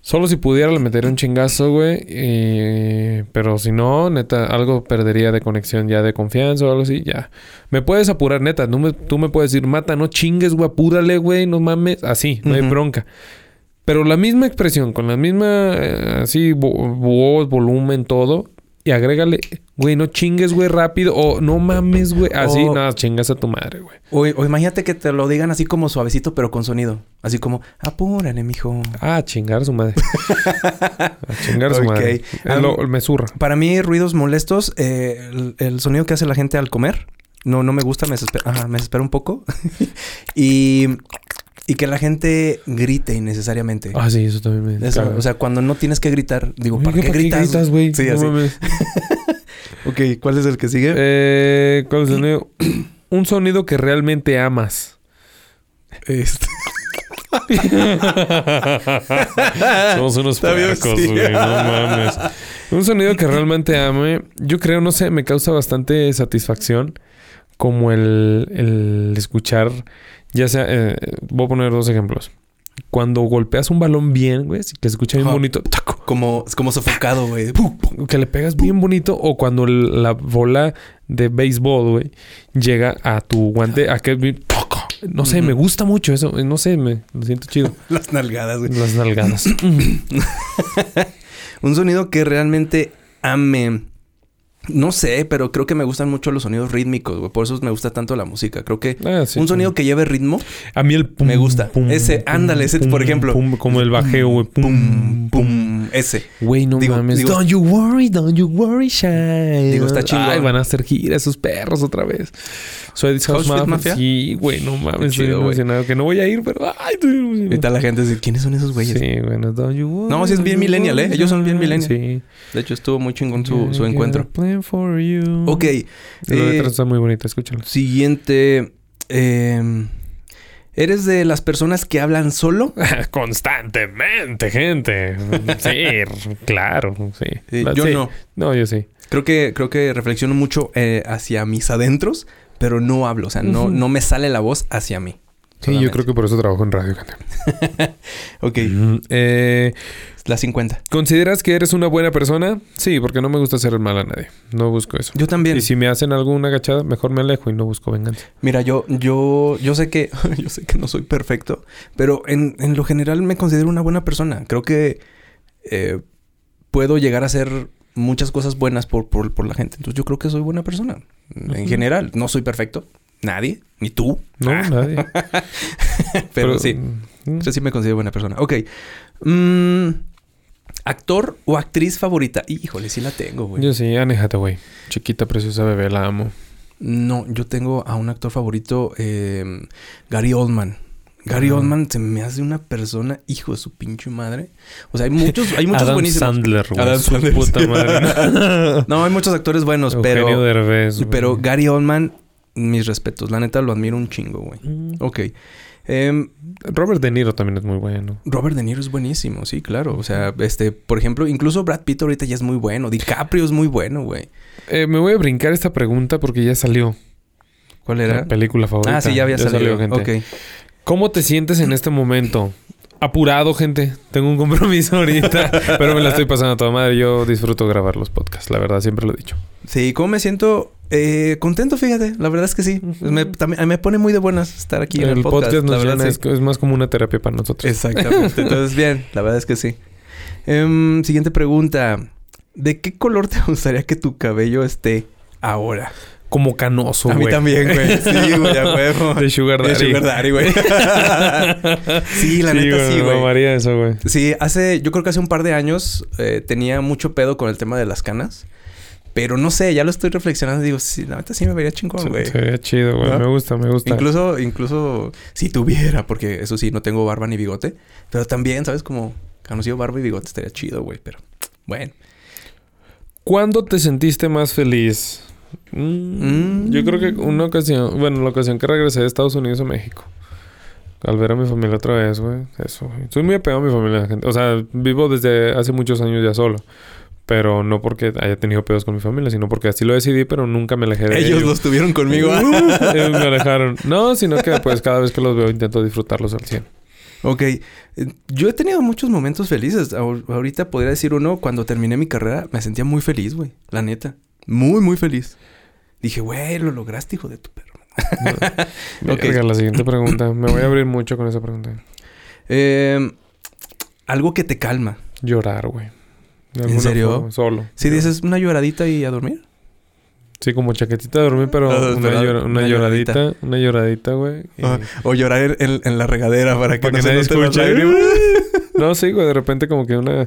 [SPEAKER 2] solo si pudiera le metería un chingazo, güey. y- Pero si no, neta, algo perdería de conexión ya de confianza o algo así, ya. Me puedes apurar, neta. No me- tú me puedes decir, mata, no chingues, güey, apúrale, güey, no mames. Así, no hay
[SPEAKER 1] Ujú.
[SPEAKER 2] bronca. Pero la misma expresión, con la misma, eh, así, vo- voz, volumen, todo. Y agrégale, güey, no chingues, güey, rápido. O no mames, güey. Así,
[SPEAKER 1] O-
[SPEAKER 2] nada, chingas a tu madre, güey.
[SPEAKER 1] O, o imagínate que te lo digan así como suavecito, pero con sonido. Así como, apúrale, mijo.
[SPEAKER 2] Ah, a chingar a su
[SPEAKER 1] *laughs*
[SPEAKER 2] madre. a chingar a su
[SPEAKER 1] Ok.
[SPEAKER 2] madre. Eh,
[SPEAKER 1] Am-
[SPEAKER 2] Lo- me zurra.
[SPEAKER 1] Para mí, ruidos molestos, eh, el, el sonido que hace la gente al comer. No, no me gusta, me desespera, ajá, me desespera un poco. *laughs* y, y que la gente grite innecesariamente.
[SPEAKER 2] Ah, sí, eso también me.
[SPEAKER 1] Eso,
[SPEAKER 2] caga.
[SPEAKER 1] o sea, cuando no tienes que gritar, digo,
[SPEAKER 2] Oye,
[SPEAKER 1] ¿para qué, gritas?
[SPEAKER 2] güey?
[SPEAKER 1] Sí,
[SPEAKER 2] No
[SPEAKER 1] así. *laughs*
[SPEAKER 2] mames.
[SPEAKER 1] Ok, ¿cuál es el que sigue?
[SPEAKER 2] Eh, ¿Cuál es el sonido? *clears throat* Un sonido que realmente amas. *laughs*
[SPEAKER 1] Este. *laughs*
[SPEAKER 2] Somos unos
[SPEAKER 1] Está bien,
[SPEAKER 2] puercos,
[SPEAKER 1] sí.
[SPEAKER 2] güey. No mames. Un sonido que realmente ame. Yo creo, no sé, me causa bastante satisfacción. Como el, el escuchar, ya sea, eh, voy a poner dos ejemplos. Cuando golpeas un balón bien, güey, así que se escucha bien
[SPEAKER 1] Ajá.
[SPEAKER 2] bonito, ¡tac!
[SPEAKER 1] Como, es como sofocado, güey. *laughs* Pum, pum.
[SPEAKER 2] que le pegas bien bonito, o cuando el- la bola de béisbol, güey, llega a tu guante, a que bien, ¡toc! no sé,
[SPEAKER 1] Ujú.
[SPEAKER 2] me gusta mucho eso, eh, no sé, me lo siento
[SPEAKER 1] *laughs*
[SPEAKER 2] chido.
[SPEAKER 1] Las nalgadas, güey. *laughs*
[SPEAKER 2] Las nalgadas.
[SPEAKER 1] Un sonido que realmente ame. No sé, pero creo que me gustan mucho los sonidos rítmicos, güey. Por eso me gusta tanto la música. Creo que
[SPEAKER 2] Ah, sí.
[SPEAKER 1] un sonido que lleve ritmo.
[SPEAKER 2] A mí el pum,
[SPEAKER 1] Me gusta. Ese, ándale, ese, por ejemplo.
[SPEAKER 2] pum, como el bajeo, güey.
[SPEAKER 1] Pum, pum. Ese.
[SPEAKER 2] Güey, no
[SPEAKER 1] Digo,
[SPEAKER 2] mames.
[SPEAKER 1] digo-
[SPEAKER 2] don't you worry, don't you worry, shine.
[SPEAKER 1] Digo, está chingón.
[SPEAKER 2] Ay, van a hacer gira esos perros otra vez. Soy House,
[SPEAKER 1] House Fit
[SPEAKER 2] Mafia.
[SPEAKER 1] Mafia.
[SPEAKER 2] Sí, güey, no mames.
[SPEAKER 1] Qué
[SPEAKER 2] Estoy
[SPEAKER 1] chido, güey.
[SPEAKER 2] emocionado. Que no voy a ir, pero... Ay, estoy
[SPEAKER 1] Y
[SPEAKER 2] emocionado.
[SPEAKER 1] tal la gente dice, ¿quiénes son esos güeyes?
[SPEAKER 2] Sí, bueno, don't you worry.
[SPEAKER 1] No, sí es bien
[SPEAKER 2] don't you
[SPEAKER 1] millennial,
[SPEAKER 2] worry,
[SPEAKER 1] ¿eh? Ellos son bien
[SPEAKER 2] shine.
[SPEAKER 1] millennial.
[SPEAKER 2] Sí.
[SPEAKER 1] De hecho, estuvo muy chingón su, su
[SPEAKER 2] I got a
[SPEAKER 1] encuentro.
[SPEAKER 2] plan for you.
[SPEAKER 1] Ok.
[SPEAKER 2] La
[SPEAKER 1] eh,
[SPEAKER 2] letra está muy bonita, escúchala.
[SPEAKER 1] siguiente. eh, ¿Eres de las personas que hablan solo?
[SPEAKER 2] *laughs* Constantemente, gente. Sí, *laughs* claro, sí.
[SPEAKER 1] Sí,
[SPEAKER 2] La-
[SPEAKER 1] Eh, yo
[SPEAKER 2] sí.
[SPEAKER 1] no.
[SPEAKER 2] No, yo sí.
[SPEAKER 1] Creo que, creo que reflexiono mucho eh, hacia mis adentros, pero no hablo. O sea, no,
[SPEAKER 2] Ujú.
[SPEAKER 1] no me sale la voz hacia mí.
[SPEAKER 2] Sí, yo creo que por eso trabajo en radio. gente.
[SPEAKER 1] Ok,
[SPEAKER 2] Mm, eh,
[SPEAKER 1] la 50.
[SPEAKER 2] ¿Consideras que eres una buena persona? Sí, porque no me gusta hacer el mal a nadie. No busco eso.
[SPEAKER 1] Yo también.
[SPEAKER 2] Y si me hacen alguna agachada, mejor me alejo y no busco venganza.
[SPEAKER 1] Mira, yo, yo, yo sé que, *laughs* yo sé que no soy perfecto, pero en, en lo general me considero una buena persona. Creo que eh, puedo llegar a hacer muchas cosas buenas por, por, por la gente. Entonces yo creo que soy buena persona. En
[SPEAKER 2] Ujú.
[SPEAKER 1] general, no soy perfecto. Nadie, ni tú, *laughs*
[SPEAKER 2] No, nadie.
[SPEAKER 1] Ah, pero, sí.
[SPEAKER 2] mm,
[SPEAKER 1] Yo sí me considero buena persona. Ok. Mm, ¿Actor o actriz favorita? Híjole, sí la tengo, güey.
[SPEAKER 2] mm. Yo sí, Anne Hathaway. Chiquita, preciosa bebé, la amo.
[SPEAKER 1] No, yo tengo a un actor favorito, eh, Gary Oldman. Gary
[SPEAKER 2] Ah.
[SPEAKER 1] Oldman se me hace una persona, hijo de su pinche madre. O sea, hay muchos,
[SPEAKER 2] *laughs*
[SPEAKER 1] hay muchos
[SPEAKER 2] Adam
[SPEAKER 1] buenísimos.
[SPEAKER 2] Sandler, güey.
[SPEAKER 1] Adam
[SPEAKER 2] Su
[SPEAKER 1] Sandler,
[SPEAKER 2] puta
[SPEAKER 1] sí.
[SPEAKER 2] madre.
[SPEAKER 1] No, hay muchos actores buenos,
[SPEAKER 2] Eugenio
[SPEAKER 1] *laughs* pero,
[SPEAKER 2] Derbez, güey.
[SPEAKER 1] pero Gary Oldman, mis respetos. La neta lo admiro un chingo, güey.
[SPEAKER 2] Mm.
[SPEAKER 1] Ok. Em,
[SPEAKER 2] Robert De Niro también es muy bueno.
[SPEAKER 1] Robert De Niro es buenísimo, sí, claro. O sea, este, por ejemplo, incluso Brad Pitt ahorita ya es muy bueno. DiCaprio es muy bueno, güey.
[SPEAKER 2] Eh, me voy a brincar esta pregunta porque ya salió.
[SPEAKER 1] ¿Cuál
[SPEAKER 2] La
[SPEAKER 1] era?
[SPEAKER 2] película favorita.
[SPEAKER 1] Ah, sí, ya había salido.
[SPEAKER 2] gente.
[SPEAKER 1] Ok.
[SPEAKER 2] ¿Cómo te sientes en este momento? Apurado, gente. Tengo un compromiso *laughs* ahorita. pero me la estoy pasando a toda madre. Yo disfruto grabar los podcasts. La verdad, siempre lo he dicho.
[SPEAKER 1] Sí, ¿cómo me siento? Eh, contento, fíjate. La verdad es que sí.
[SPEAKER 2] Ujú.
[SPEAKER 1] me, también- me pone muy de buenas estar aquí en el podcast. la
[SPEAKER 2] nos
[SPEAKER 1] verdad,
[SPEAKER 2] llena.
[SPEAKER 1] sí.
[SPEAKER 2] Es, es más como una terapia para
[SPEAKER 1] *laughs*
[SPEAKER 2] nosotros.
[SPEAKER 1] Exactamente. Entonces, bien, la verdad es que sí. Em, siguiente pregunta. ¿De qué color te *laughs* gustaría que tu cabello esté ahora?
[SPEAKER 2] Como canoso,
[SPEAKER 1] a mí
[SPEAKER 2] güey.
[SPEAKER 1] también,
[SPEAKER 2] *laughs*
[SPEAKER 1] güey. Sí, güey, a huevo.
[SPEAKER 2] De Sugar
[SPEAKER 1] De
[SPEAKER 2] Daddy.
[SPEAKER 1] Sugar Daddy,
[SPEAKER 2] *laughs*
[SPEAKER 1] güey. sí, la neta sí,
[SPEAKER 2] me
[SPEAKER 1] güey.
[SPEAKER 2] mamaría eso, güey.
[SPEAKER 1] Sí, hace, yo creo que hace un par de años eh, tenía mucho pedo con el tema de las canas. Pero no sé, ya lo estoy reflexionando. y Digo, sí, la neta sí me vería chingón, Oh, güey.
[SPEAKER 2] Se- se vería chido, güey.
[SPEAKER 1] ¿No?
[SPEAKER 2] Me gusta, me gusta.
[SPEAKER 1] Incluso, incluso si tuviera, porque eso sí, no tengo barba ni bigote. Pero también, ¿sabes? Como conocido barba y bigote estaría chido, güey. Pero bueno.
[SPEAKER 2] ¿Cuándo te sentiste más feliz? Mm,
[SPEAKER 1] Mm.
[SPEAKER 2] Yo creo que una ocasión, bueno, la ocasión que regresé de Estados Unidos a México. Al ver a mi familia otra vez, güey. Eso, güey. Soy muy apegado a mi familia. gente. O sea, vivo desde hace muchos años ya solo. Pero no porque haya tenido pedos con mi familia, sino porque así lo decidí, pero nunca me alejé de
[SPEAKER 1] ellos. Ellos los tuvieron conmigo.
[SPEAKER 2] *laughs* ellos me alejaron. No, sino que pues cada vez que los veo intento disfrutarlos al 100.
[SPEAKER 1] Ok. eh, Yo he tenido muchos momentos felices. Ahor- Ahorita podría decir uno, cuando terminé mi carrera, me sentía muy feliz, güey. La neta. Muy, muy feliz. Dije, güey, lo lograste, hijo de tu perro. *laughs* Ok.
[SPEAKER 2] Verga, la siguiente pregunta. Me voy a abrir mucho con esa pregunta.
[SPEAKER 1] Eh, algo que te calma.
[SPEAKER 2] Llorar, güey. De
[SPEAKER 1] ¿En
[SPEAKER 2] alguna
[SPEAKER 1] serio?
[SPEAKER 2] forma, solo.
[SPEAKER 1] Si dices una lloradita y a dormir.
[SPEAKER 2] Sí, como chaquetita de dormir, pero
[SPEAKER 1] Ah,
[SPEAKER 2] una,
[SPEAKER 1] pero
[SPEAKER 2] llora- una
[SPEAKER 1] una
[SPEAKER 2] lloradita,
[SPEAKER 1] lloradita.
[SPEAKER 2] Una lloradita, güey. y-
[SPEAKER 1] Ah, O llorar en, en la regadera para que
[SPEAKER 2] Para
[SPEAKER 1] no
[SPEAKER 2] que
[SPEAKER 1] se
[SPEAKER 2] nadie
[SPEAKER 1] noten las
[SPEAKER 2] escuche.
[SPEAKER 1] lágrimas. *laughs*
[SPEAKER 2] No, sí, güey. De repente como que una...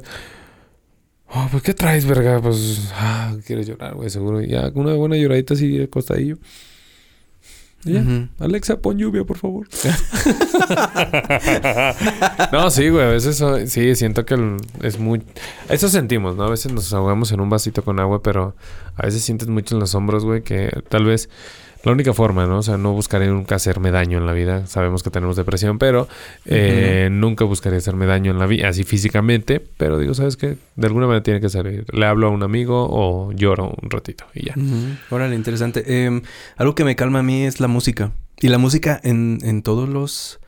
[SPEAKER 2] Oh, pues, ¿qué traes, verga? Pues, ah, quieres llorar, güey, seguro. Y ya, una buena lloradita así de costadillo. Y ya.
[SPEAKER 1] Ujú.
[SPEAKER 2] Alexa, pon lluvia, por favor. no, sí, güey. A veces so- sí, siento que el- es muy... Eso sentimos, ¿no? A veces nos ahogamos en un vasito con agua, pero a veces sientes mucho en los hombros, güey, que tal vez... La única forma, ¿no? O sea, no buscaré nunca hacerme daño en la vida. Sabemos que tenemos depresión, pero eh, nunca buscaré hacerme daño en la vida, así físicamente. Pero digo, ¿sabes qué? De alguna manera tiene que salir. Le hablo a un amigo o lloro un ratito y ya.
[SPEAKER 1] *laughs* Ujú. Órale, interesante. Eh, algo que me calma a mí es la música. Y la música en, en todos los,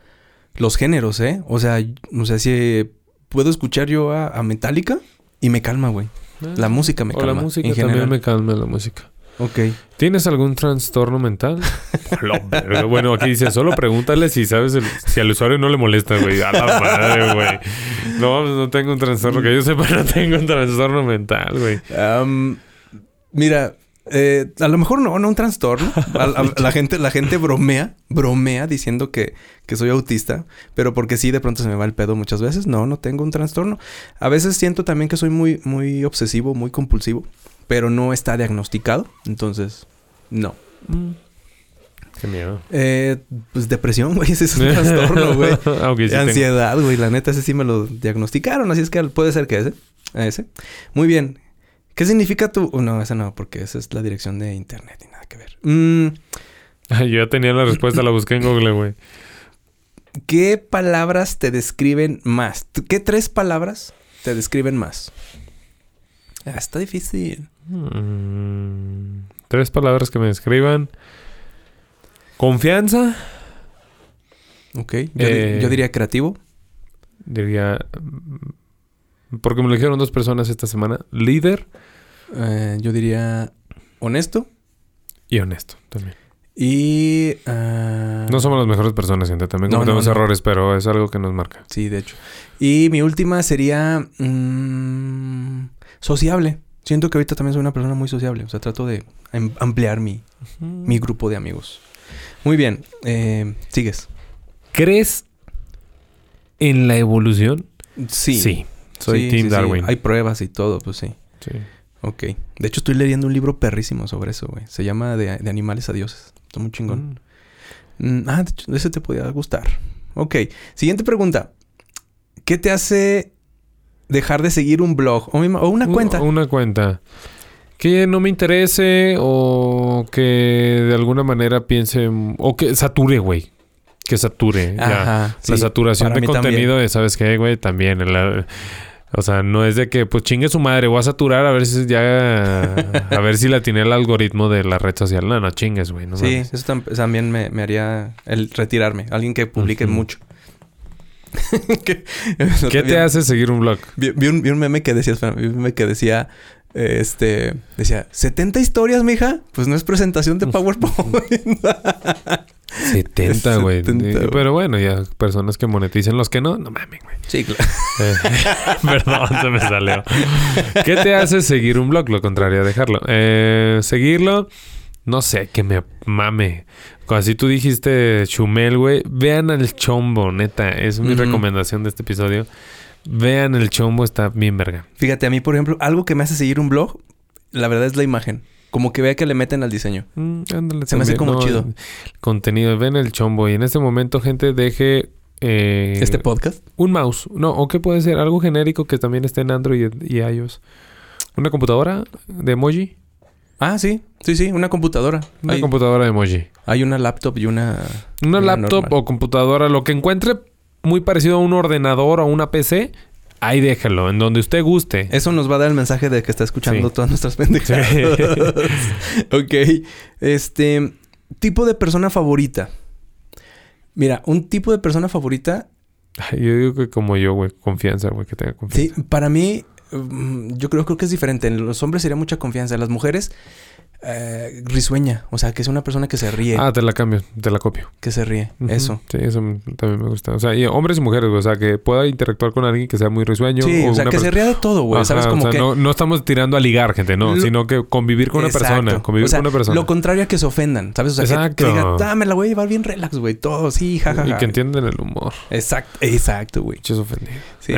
[SPEAKER 1] los géneros, ¿eh? O sea, y- o sea, si puedo escuchar yo a, a Metallica y me calma, güey. La música me
[SPEAKER 2] o
[SPEAKER 1] calma.
[SPEAKER 2] la música
[SPEAKER 1] en
[SPEAKER 2] también
[SPEAKER 1] general.
[SPEAKER 2] me calma la música.
[SPEAKER 1] Ok.
[SPEAKER 2] ¿Tienes algún trastorno *laughs* mental? La verga. bueno, aquí dice, solo pregúntale si sabes el- si al usuario no le molesta, güey. A la madre, güey. No, pues, no tengo un trastorno. Que yo sepa, no tengo un trastorno mental, güey.
[SPEAKER 1] Am, mira, eh, a lo mejor no, no un trastorno. A- a- la, gente, la gente bromea, bromea diciendo que, que soy autista, pero porque sí, de pronto se me va el pedo muchas veces. No, no tengo un trastorno. A veces siento también que soy muy, muy obsesivo, muy compulsivo, pero no está diagnosticado. Entonces, no.
[SPEAKER 2] Qué *laughs* miedo.
[SPEAKER 1] Eh, pues depresión, *laughs* güey, ese es un
[SPEAKER 2] *laughs*
[SPEAKER 1] trastorno, güey.
[SPEAKER 2] Aunque sí tengo.
[SPEAKER 1] Ansiedad, güey. La neta, ese sí me lo diagnosticaron. Así es que puede ser que ese. a Ese. Muy bien. ¿Qué significa tu...? oh, no, esa no, porque esa es la dirección de internet y nada que ver. Mm,
[SPEAKER 2] Yo ya tenía la respuesta, la busqué en Google, güey.
[SPEAKER 1] ¿Qué palabras te describen más? ¿Tú- ¿Qué tres palabras te describen más? Ah, está difícil.
[SPEAKER 2] Mm, tres palabras que me describan. Confianza.
[SPEAKER 1] Ok. Yo, di-
[SPEAKER 2] Eh.
[SPEAKER 1] yo diría creativo.
[SPEAKER 2] Diría... mm, Porque me lo dijeron dos personas esta semana. Líder
[SPEAKER 1] Eh, yo diría honesto.
[SPEAKER 2] y honesto también.
[SPEAKER 1] Y... ah,
[SPEAKER 2] No somos las mejores personas, gente. También
[SPEAKER 1] No,
[SPEAKER 2] cometemos
[SPEAKER 1] no, no.
[SPEAKER 2] errores, pero es algo que nos marca.
[SPEAKER 1] Sí, de hecho. Y mi última sería mm, sociable. Siento que ahorita también soy una persona muy sociable. O sea, trato de am- ampliar mi, mi grupo de amigos. Muy bien. eh, ¿Sigues?
[SPEAKER 2] ¿Crees en la evolución?
[SPEAKER 1] Sí.
[SPEAKER 2] Soy
[SPEAKER 1] Sí,
[SPEAKER 2] Tim
[SPEAKER 1] sí, sí.
[SPEAKER 2] Darwin.
[SPEAKER 1] Hay pruebas y todo, pues sí.
[SPEAKER 2] Sí.
[SPEAKER 1] Ok. De hecho, estoy leyendo un libro perrísimo sobre eso, güey. Se llama De, de animales a dioses. Está muy chingón.
[SPEAKER 2] Mm.
[SPEAKER 1] Mm, ah, de hecho, ese te podía gustar. Ok. Siguiente pregunta. ¿Qué te hace dejar de seguir un blog o, misma- o una
[SPEAKER 2] Un-
[SPEAKER 1] cuenta?
[SPEAKER 2] Una cuenta. Que no me interese o que de alguna manera piense... O que sature, güey. Que sature. ya.
[SPEAKER 1] Ajá,
[SPEAKER 2] la
[SPEAKER 1] sí,
[SPEAKER 2] saturación
[SPEAKER 1] para
[SPEAKER 2] de
[SPEAKER 1] mí también.
[SPEAKER 2] contenido de, ¿sabes qué, güey? También. la- o sea, no es de que, pues chingue su madre, voy a saturar a ver si ya. a ver si la tiene el algoritmo de la red social. No, no chingues, güey. No
[SPEAKER 1] Sí,
[SPEAKER 2] mames.
[SPEAKER 1] eso tam- también me, me haría el retirarme. Alguien que publique
[SPEAKER 2] Ujú.
[SPEAKER 1] mucho. *laughs* ¿Qué,
[SPEAKER 2] ¿Qué te
[SPEAKER 1] vi-
[SPEAKER 2] hace seguir un
[SPEAKER 1] *laughs*
[SPEAKER 2] blog?
[SPEAKER 1] Vi, vi un, vi un meme que decía, espérame, vi un meme que decía, eh, este, decía, 70 historias, mija. Pues no es presentación de
[SPEAKER 2] *laughs*
[SPEAKER 1] PowerPoint.
[SPEAKER 2] 70, güey.
[SPEAKER 1] 70, güey.
[SPEAKER 2] Pero bueno, ya personas que moneticen, los que no,
[SPEAKER 1] *laughs*
[SPEAKER 2] no mames, güey.
[SPEAKER 1] sí, claro.
[SPEAKER 2] Eh, Perdón, se me salió. ¿Qué te hace seguir un blog? Lo contrario a dejarlo. Eh, seguirlo, no sé, que me mame. Cuando así tú dijiste Chumel, güey, vean al chombo, neta. Es mi
[SPEAKER 1] Ujú. recomendación
[SPEAKER 2] recomendación de este episodio. Vean el chombo, está bien verga.
[SPEAKER 1] Fíjate, a mí, por ejemplo, algo que me hace seguir un blog, la verdad es la imagen. Como que vea que le meten al diseño.
[SPEAKER 2] Mm,
[SPEAKER 1] Se me hace como chido.
[SPEAKER 2] Contenido, vean el chombo. Y en este momento, gente, deje... eh,
[SPEAKER 1] Este podcast.
[SPEAKER 2] un mouse. No, o qué puede ser, algo genérico que también esté en Android y iOS. Una computadora de emoji.
[SPEAKER 1] Ah, sí. Sí, sí, una computadora.
[SPEAKER 2] Una
[SPEAKER 1] hay,
[SPEAKER 2] computadora de emoji.
[SPEAKER 1] hay una laptop y una...
[SPEAKER 2] Una
[SPEAKER 1] Una
[SPEAKER 2] laptop
[SPEAKER 1] normal.
[SPEAKER 2] o computadora, lo que encuentre muy parecido a un ordenador o una PC, ahí déjalo, en donde usted guste.
[SPEAKER 1] Eso nos va a dar el mensaje de que está escuchando
[SPEAKER 2] Sí.
[SPEAKER 1] todas nuestras pendejadas. *laughs* ok. Este. Tipo de persona favorita. Mira, un tipo de persona favorita.
[SPEAKER 2] Ay, Yo digo que como yo, güey, confianza, güey, que tenga
[SPEAKER 1] Sí,
[SPEAKER 2] confianza.
[SPEAKER 1] para mí. mm, Yo creo, creo que es diferente. En los hombres sería mucha confianza. En las mujeres. eh, risueña. O sea, que es una persona que se ríe.
[SPEAKER 2] Ah, te la cambio, te la copio.
[SPEAKER 1] Que se ríe.
[SPEAKER 2] Ujú.
[SPEAKER 1] eh. Eso.
[SPEAKER 2] Sí, eso m- también me gusta. O sea, y hombres y mujeres, güey, o sea, que pueda interactuar con alguien que sea muy risueño.
[SPEAKER 1] sí, o sea,
[SPEAKER 2] una
[SPEAKER 1] que se
[SPEAKER 2] pers-
[SPEAKER 1] ría de todo, güey.
[SPEAKER 2] Ajá,
[SPEAKER 1] ¿Sabes?
[SPEAKER 2] o
[SPEAKER 1] Como
[SPEAKER 2] sea,
[SPEAKER 1] que.
[SPEAKER 2] no, no estamos tirando a ligar, gente, no,
[SPEAKER 1] Lo-
[SPEAKER 2] sino que convivir con una
[SPEAKER 1] Exacto.
[SPEAKER 2] persona, convivir
[SPEAKER 1] O sea,
[SPEAKER 2] con una persona.
[SPEAKER 1] Lo contrario a que se ofendan, ¿sabes? O sea, que- que,
[SPEAKER 2] Exacto.
[SPEAKER 1] digan, "Ah, me la voy a llevar bien relax, güey. Todo, sí, jajaja.
[SPEAKER 2] y que entienden el humor.
[SPEAKER 1] Exacto, exacto, güey.
[SPEAKER 2] Muchos ofendidos.
[SPEAKER 1] Sí.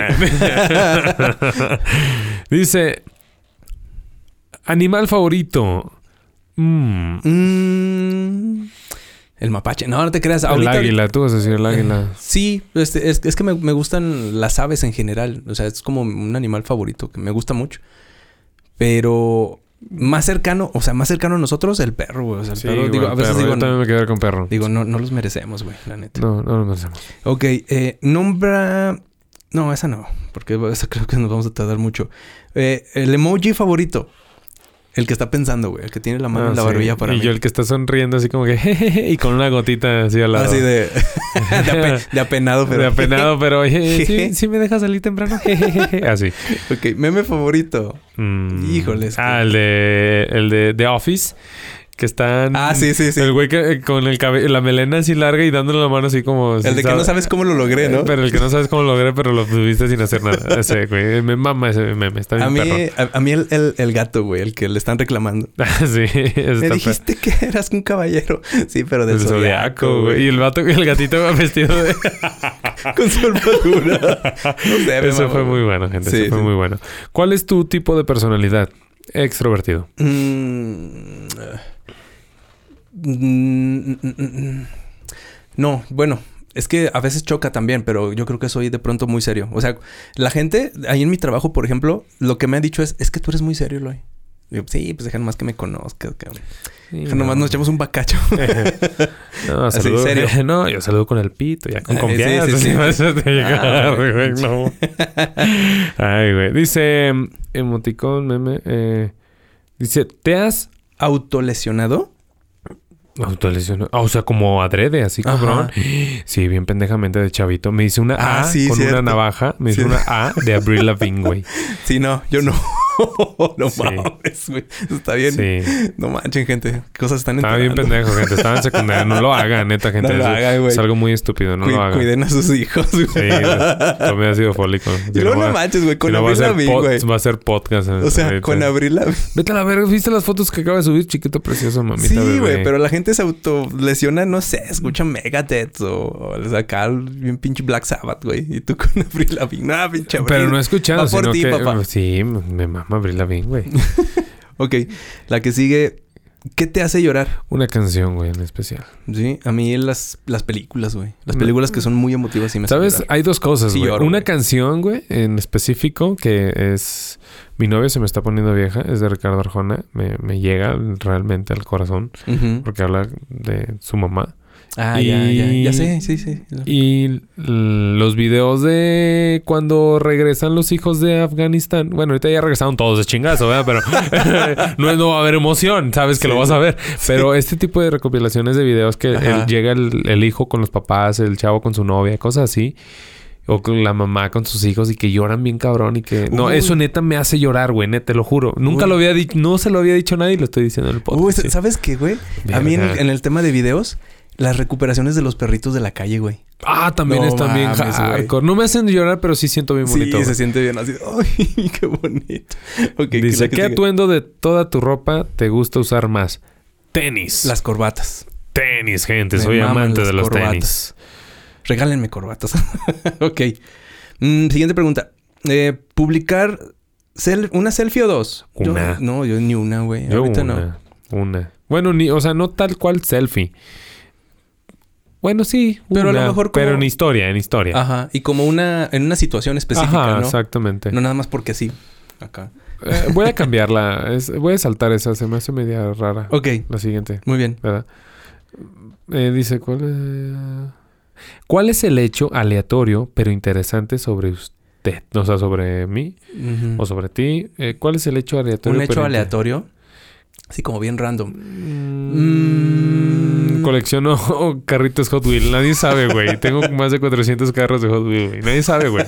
[SPEAKER 2] Eh. *laughs* Dice, animal favorito. Mm,
[SPEAKER 1] *laughs* Mm, el mapache. No, no te creas.
[SPEAKER 2] el
[SPEAKER 1] Ahorita,
[SPEAKER 2] águila, tú vas a decir
[SPEAKER 1] *laughs*
[SPEAKER 2] el águila.
[SPEAKER 1] Sí, este, es, es que me, me gustan las aves en general. O sea, es como un animal favorito que me gusta mucho. Pero más cercano, o sea, más cercano a nosotros, el perro, güey. O sea, el
[SPEAKER 2] Sí,
[SPEAKER 1] perro,
[SPEAKER 2] güey,
[SPEAKER 1] digo, a
[SPEAKER 2] el
[SPEAKER 1] veces
[SPEAKER 2] perro.
[SPEAKER 1] digo,
[SPEAKER 2] Yo también me quedaré con perro.
[SPEAKER 1] digo, no, no los merecemos, güey, la neta.
[SPEAKER 2] No, no lo merecemos.
[SPEAKER 1] Ok, eh, nombra. No, esa no, porque esa creo que nos vamos a tardar mucho. Eh, el emoji favorito. El que está pensando, güey. El que tiene la mano
[SPEAKER 2] Ah,
[SPEAKER 1] en la
[SPEAKER 2] sí.
[SPEAKER 1] barbilla para
[SPEAKER 2] Y
[SPEAKER 1] mí.
[SPEAKER 2] yo el que está sonriendo así como que *laughs* jejeje, y con una gotita así al lado.
[SPEAKER 1] Así Ah, de, *laughs* de, ape- de apenado, pero. *laughs*
[SPEAKER 2] *laughs* De apenado, pero oye,
[SPEAKER 1] Jeje.
[SPEAKER 2] ¿sí, sí me deja salir temprano. Jejeje. *laughs* así.
[SPEAKER 1] ok, meme favorito.
[SPEAKER 2] Mm.
[SPEAKER 1] Híjoles.
[SPEAKER 2] Ah, el de el de The Office que están
[SPEAKER 1] Ah, sí, sí, sí.
[SPEAKER 2] El güey que eh, con el cabe- la melena así larga y dándole la mano así como eh,
[SPEAKER 1] El de que no sabes cómo lo logré, ¿no?
[SPEAKER 2] Pero el que no sabes cómo logré, pero lo tuviste sin hacer
[SPEAKER 1] *laughs*
[SPEAKER 2] nada. Ese güey, eh, me mama ese meme, está bien
[SPEAKER 1] A mí,
[SPEAKER 2] perro. *laughs*
[SPEAKER 1] a, a mí el, el- el gato, güey, el que le están reclamando.
[SPEAKER 2] Ah, sí, ese
[SPEAKER 1] Me
[SPEAKER 2] está perro.
[SPEAKER 1] dijiste que eras un caballero. *laughs* Sí, pero del
[SPEAKER 2] El zodiaco, güey. Y el vato, el gatito
[SPEAKER 1] *laughs*
[SPEAKER 2] vestido de.
[SPEAKER 1] Con su
[SPEAKER 2] *laughs*
[SPEAKER 1] armadura. No sé, me
[SPEAKER 2] Eso
[SPEAKER 1] mamó,
[SPEAKER 2] fue
[SPEAKER 1] güey.
[SPEAKER 2] muy bueno, gente.
[SPEAKER 1] Sí,
[SPEAKER 2] Eso fue
[SPEAKER 1] sí.
[SPEAKER 2] muy bueno. ¿Cuál es tu tipo de personalidad? Extrovertido.
[SPEAKER 1] Mm, eh, mm, mm, mm, mm. No, bueno, es que a veces choca también, pero yo creo que soy de pronto muy serio. O sea, la gente, ahí en mi trabajo, por ejemplo, lo que me ha dicho es, es que tú eres muy serio, Loy. Digo, sí, pues dejan más que me conozcas, cabrón. Dejan Ah, nomás nos echamos un
[SPEAKER 2] *laughs*
[SPEAKER 1] bacacho.
[SPEAKER 2] No,
[SPEAKER 1] Así,
[SPEAKER 2] saludo.
[SPEAKER 1] Ah, serio.
[SPEAKER 2] *laughs* No, yo saludo con el pito, ya con
[SPEAKER 1] Ah, sí,
[SPEAKER 2] confianza. *laughs*
[SPEAKER 1] sí, sí.
[SPEAKER 2] así vas a llegar,
[SPEAKER 1] Ah, güey.
[SPEAKER 2] *laughs* güey, no. Ay, güey. Dice em, emoticón, meme. eh, dice, ¿te has
[SPEAKER 1] ¿Autolesionado?
[SPEAKER 2] autolesionado? Ah, o sea, como adrede, así
[SPEAKER 1] Ajá.
[SPEAKER 2] cabrón. Sí, bien pendejamente de chavito. Me hice una
[SPEAKER 1] Ah,
[SPEAKER 2] A
[SPEAKER 1] sí,
[SPEAKER 2] con
[SPEAKER 1] cierto.
[SPEAKER 2] una navaja. Me hice
[SPEAKER 1] Sí.
[SPEAKER 2] una A de Abril
[SPEAKER 1] *laughs*
[SPEAKER 2] Lavigne, güey.
[SPEAKER 1] Sí, no, yo no. *laughs* no
[SPEAKER 2] Sí.
[SPEAKER 1] mames, güey. Está bien.
[SPEAKER 2] Sí.
[SPEAKER 1] No manchen, gente. Cosas están
[SPEAKER 2] Estaba bien
[SPEAKER 1] enterando.
[SPEAKER 2] pendejo, gente. Estaba en secundaria. No lo hagan, neta, gente.
[SPEAKER 1] No lo
[SPEAKER 2] es,
[SPEAKER 1] hagan, güey.
[SPEAKER 2] es algo muy estúpido. No
[SPEAKER 1] Cu-
[SPEAKER 2] lo hagan.
[SPEAKER 1] Cuiden a sus hijos, güey.
[SPEAKER 2] Sí, güey. tomé ácido fólico.
[SPEAKER 1] *laughs* Y
[SPEAKER 2] Si
[SPEAKER 1] luego
[SPEAKER 2] va-
[SPEAKER 1] no manches, güey, con
[SPEAKER 2] si no va a
[SPEAKER 1] Abril
[SPEAKER 2] ser
[SPEAKER 1] Lavigne,
[SPEAKER 2] pod-
[SPEAKER 1] güey.
[SPEAKER 2] Va a ser podcast. eh,
[SPEAKER 1] O sea,
[SPEAKER 2] ahorita.
[SPEAKER 1] con Abril Lavigne.
[SPEAKER 2] Vete a la verga. ¿Viste las fotos que acaba de subir, chiquito precioso, mamita?
[SPEAKER 1] Sí,
[SPEAKER 2] bebé?
[SPEAKER 1] güey, pero la gente se autolesiona, no sé, escucha Megadeth o, o acá bien pinche Black Sabbath, güey. Y tú *laughs* con Abril Lavigne. Ah, pinche Abril.
[SPEAKER 2] Pero no he escuchado,
[SPEAKER 1] Va por
[SPEAKER 2] sino
[SPEAKER 1] ti,
[SPEAKER 2] que...
[SPEAKER 1] papá.
[SPEAKER 2] Sí, me mama Abril Lavigne, güey.
[SPEAKER 1] Ok, la que sigue. ¿Qué te hace llorar?
[SPEAKER 2] Una canción, güey, en especial.
[SPEAKER 1] Sí, a mí las, las películas, güey. Las películas que son muy emotivas y me hacen
[SPEAKER 2] ¿Sabes?
[SPEAKER 1] llorar.
[SPEAKER 2] Hay dos cosas,
[SPEAKER 1] Sí
[SPEAKER 2] güey.
[SPEAKER 1] lloro,
[SPEAKER 2] Una
[SPEAKER 1] güey.
[SPEAKER 2] canción, güey, en específico, que es... Mi novia se me está poniendo vieja. Es de Ricardo Arjona. Me, me llega realmente al corazón.
[SPEAKER 1] Ujú.
[SPEAKER 2] Porque habla de su mamá.
[SPEAKER 1] Ah, ya, ya. Ya sé, sí, sí.
[SPEAKER 2] Y l- los videos de cuando regresan los hijos de Afganistán. Bueno, ahorita ya regresaron todos de chingazo, ¿verdad? Pero *laughs* no, es- no va a haber emoción, sabes
[SPEAKER 1] Sí,
[SPEAKER 2] que lo vas a ver. Pero este tipo de recopilaciones de videos que
[SPEAKER 1] Ajá.
[SPEAKER 2] el- llega el, el hijo con los papás, el chavo con su novia, cosas así. O con la mamá con sus hijos y que lloran bien cabrón y que... No,
[SPEAKER 1] Uy.
[SPEAKER 2] eso neta me hace llorar, güey, neta, te lo juro. Nunca
[SPEAKER 1] Uy.
[SPEAKER 2] lo había dicho, no se lo había dicho a nadie y lo estoy diciendo en el
[SPEAKER 1] Uy,
[SPEAKER 2] podcast. sí.
[SPEAKER 1] ¿sabes qué, güey? A mí en,
[SPEAKER 2] Verga.
[SPEAKER 1] en el tema de videos, las recuperaciones de los perritos de la calle, güey.
[SPEAKER 2] Ah, también
[SPEAKER 1] No
[SPEAKER 2] están bien
[SPEAKER 1] mames, güey.
[SPEAKER 2] hardcore. No me hacen llorar, pero sí siento bien bonito.
[SPEAKER 1] Sí,
[SPEAKER 2] güey.
[SPEAKER 1] se siente bien así. ¡Ay, *laughs* qué bonito! Ok,
[SPEAKER 2] Dice,
[SPEAKER 1] la que
[SPEAKER 2] ¿qué
[SPEAKER 1] sigue.
[SPEAKER 2] atuendo de toda tu ropa te gusta usar más? Tenis.
[SPEAKER 1] Las corbatas.
[SPEAKER 2] tenis, gente.
[SPEAKER 1] Me
[SPEAKER 2] Soy
[SPEAKER 1] maman
[SPEAKER 2] amante
[SPEAKER 1] las
[SPEAKER 2] de los
[SPEAKER 1] corbatas.
[SPEAKER 2] tenis.
[SPEAKER 1] Regálenme corbatas. *laughs* ok. Mm, siguiente pregunta. Eh, ¿Publicar sel- una selfie o dos? Yo-
[SPEAKER 2] Una.
[SPEAKER 1] no, yo ni una, güey.
[SPEAKER 2] Yo
[SPEAKER 1] Ahorita no.
[SPEAKER 2] una. Una. Bueno, ni, o sea, no tal cual selfie. Bueno, sí.
[SPEAKER 1] Pero a lo
[SPEAKER 2] una,
[SPEAKER 1] mejor como-
[SPEAKER 2] Pero en historia, en historia.
[SPEAKER 1] Ajá. Y como una... En una situación específica,
[SPEAKER 2] Ajá,
[SPEAKER 1] ¿no?
[SPEAKER 2] exactamente.
[SPEAKER 1] No nada más porque sí. Acá.
[SPEAKER 2] Eh, voy a cambiarla. es- voy a saltar esa. Se me hace media rara.
[SPEAKER 1] Ok.
[SPEAKER 2] La siguiente.
[SPEAKER 1] Muy bien.
[SPEAKER 2] ¿verdad? Eh, dice, ¿cuál es, ¿cuál es el hecho aleatorio pero interesante sobre usted? usted, o sea, sobre mí
[SPEAKER 1] Ujú.
[SPEAKER 2] o sobre ti. Eh, ¿Cuál es el hecho aleatorio?
[SPEAKER 1] Un hecho
[SPEAKER 2] pendiente?
[SPEAKER 1] aleatorio. Así como bien random.
[SPEAKER 2] Mm, colecciono *laughs* carritos Hot Wheels. Nadie sabe, *laughs* güey. Tengo más de 400 carros de Hot Wheels, güey. Nadie sabe, güey.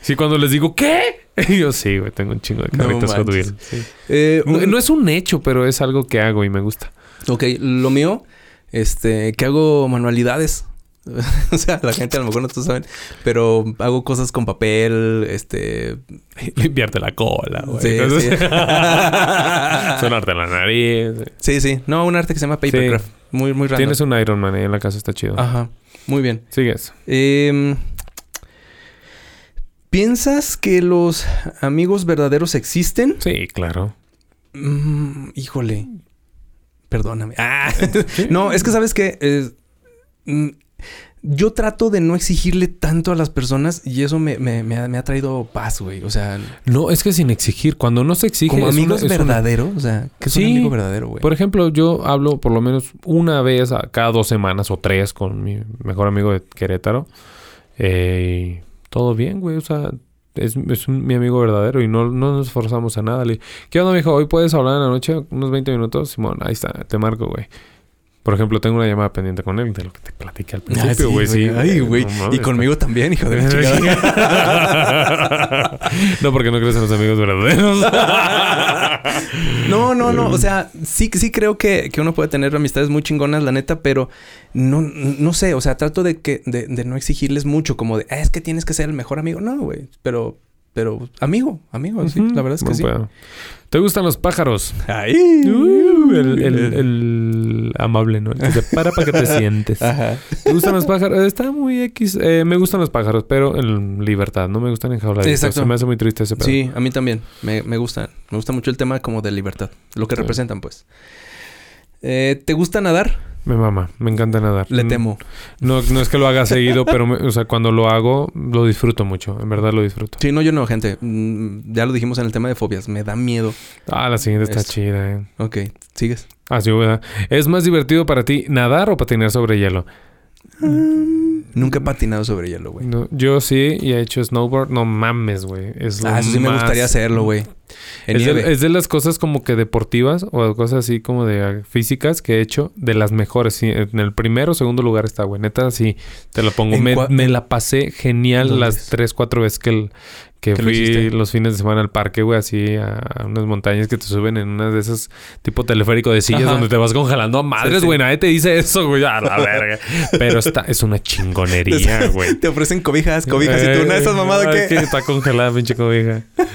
[SPEAKER 2] Sí, cuando les digo, ¿qué? *laughs* Yo sí, güey. Tengo un chingo de
[SPEAKER 1] No
[SPEAKER 2] carritos Hot
[SPEAKER 1] manches.
[SPEAKER 2] Wheels. Sí.
[SPEAKER 1] Eh,
[SPEAKER 2] No,
[SPEAKER 1] un-
[SPEAKER 2] no es un hecho, pero es algo que hago y me gusta.
[SPEAKER 1] Ok, lo mío, este, que hago manualidades. *laughs* o sea, la gente a lo mejor no lo saben, pero hago cosas con papel, este,
[SPEAKER 2] *laughs* Limpiarte la cola, güey.
[SPEAKER 1] Sí,
[SPEAKER 2] Entonces-
[SPEAKER 1] sí.
[SPEAKER 2] *laughs* Sonarte la nariz.
[SPEAKER 1] sí, sí, no, un arte que se llama papercraft, muy, muy raro.
[SPEAKER 2] Tienes un Iron Man ahí en la casa, está chido.
[SPEAKER 1] Ajá, muy bien.
[SPEAKER 2] Sigues.
[SPEAKER 1] Em, ¿Piensas que los amigos verdaderos existen?
[SPEAKER 2] Sí, claro.
[SPEAKER 1] Mm, híjole. Perdóname. Ah,
[SPEAKER 2] Eh,
[SPEAKER 1] *laughs* no, es que sabes que yo trato de no exigirle tanto a las personas y eso me, me- me ha, me ha traído paz, güey. O sea,
[SPEAKER 2] No, es que sin exigir. Cuando no se exige.
[SPEAKER 1] como
[SPEAKER 2] es una-
[SPEAKER 1] amigos
[SPEAKER 2] es una-
[SPEAKER 1] verdaderos, o sea, ¿qué es
[SPEAKER 2] Sí.
[SPEAKER 1] un amigo verdadero, güey? Ah,
[SPEAKER 2] Por ejemplo, yo hablo por lo menos una vez a cada dos semanas o tres con mi mejor amigo de Querétaro. Eh, todo bien, güey. O sea, es, es un- mi amigo verdadero y no, no nos forzamos a nada. Le digo, ¿qué onda, mijo? ¿Hoy puedes hablar en la noche unos 20 minutos? Simón, ahí está, te marco, güey. Por ejemplo, tengo una llamada pendiente con él de lo que te platicé al
[SPEAKER 1] Ah, sí,
[SPEAKER 2] principio, güey. sí,
[SPEAKER 1] Ay, güey.
[SPEAKER 2] no mames,
[SPEAKER 1] y
[SPEAKER 2] *laughs*
[SPEAKER 1] conmigo también, hijo de la chingada.
[SPEAKER 2] *laughs* no, porque no crees en los amigos verdaderos.
[SPEAKER 1] *laughs* No, no, no. O sea, sí, sí creo que, que uno puede tener amistades muy chingonas, la neta, pero no, no sé. O sea, trato de que, de, de no exigirles mucho, como de "Ah, es que tienes que ser el mejor amigo. No, güey. Pero, pero, amigo, amigo, sí,
[SPEAKER 2] Ujú.
[SPEAKER 1] la verdad es que
[SPEAKER 2] Buen
[SPEAKER 1] sí.
[SPEAKER 2] pedo. ¿Te gustan los pájaros?
[SPEAKER 1] Ahí.
[SPEAKER 2] *laughs* Uh, el,
[SPEAKER 1] Eh,
[SPEAKER 2] el- el amable, ¿no? El que se para para que te sientes.
[SPEAKER 1] Ajá.
[SPEAKER 2] ¿Te gustan los pájaros? Está muy X. Eh, me gustan los pájaros, pero en libertad. No me gustan en jaula.
[SPEAKER 1] Exacto.
[SPEAKER 2] Se me hace muy triste ese pedo.
[SPEAKER 1] Sí, a mí también. Me, me gusta. Me gusta mucho el tema como de libertad. Lo que
[SPEAKER 2] Sí.
[SPEAKER 1] representan, pues. Eh, ¿Te gusta nadar?
[SPEAKER 2] Me mama. Me encanta nadar.
[SPEAKER 1] Le
[SPEAKER 2] Mm,
[SPEAKER 1] temo.
[SPEAKER 2] No, no es que lo haga seguido, *laughs* pero me- o sea, cuando lo hago, lo disfruto mucho. En verdad lo disfruto.
[SPEAKER 1] Sí, no, yo no, gente. Mm, ya lo dijimos en el tema de fobias. Me da miedo.
[SPEAKER 2] Ah, la siguiente está
[SPEAKER 1] Esto.
[SPEAKER 2] chida, eh.
[SPEAKER 1] Ok, sigues.
[SPEAKER 2] Ah, sí, ¿verdad? ¿Es más divertido para ti nadar o patinar sobre hielo?
[SPEAKER 1] Nunca he patinado sobre hielo, güey.
[SPEAKER 2] No, yo sí y he hecho snowboard. No mames, güey. Es lo
[SPEAKER 1] Ah, eso sí me
[SPEAKER 2] más-
[SPEAKER 1] gustaría hacerlo, güey. En
[SPEAKER 2] Es
[SPEAKER 1] nieve.
[SPEAKER 2] de, es de las cosas como que deportivas o cosas así como de ah, físicas que he hecho de las mejores. Sí, en el primero o segundo lugar está, güey. Neta, sí, te lo pongo.
[SPEAKER 1] ¿En
[SPEAKER 2] Me,
[SPEAKER 1] cua-
[SPEAKER 2] me la pasé genial
[SPEAKER 1] ¿Dónde
[SPEAKER 2] las
[SPEAKER 1] es?
[SPEAKER 2] tres, cuatro veces que, el- que
[SPEAKER 1] Que lo
[SPEAKER 2] fui
[SPEAKER 1] hiciste.
[SPEAKER 2] los fines de semana al parque, güey. Así a, a unas montañas que te suben en unas de esas tipo teleférico de sillas
[SPEAKER 1] Ajá.
[SPEAKER 2] donde te vas congelando a madres,
[SPEAKER 1] sí.
[SPEAKER 2] güey. Nadie te dice eso, güey. A
[SPEAKER 1] *laughs*
[SPEAKER 2] la verga. Pero esta es una chingonería, güey.
[SPEAKER 1] Te ofrecen cobijas, cobijas y tú una de esas mamadas
[SPEAKER 2] Eh,
[SPEAKER 1] que.
[SPEAKER 2] Está congelada, pinche cobija.
[SPEAKER 1] *laughs*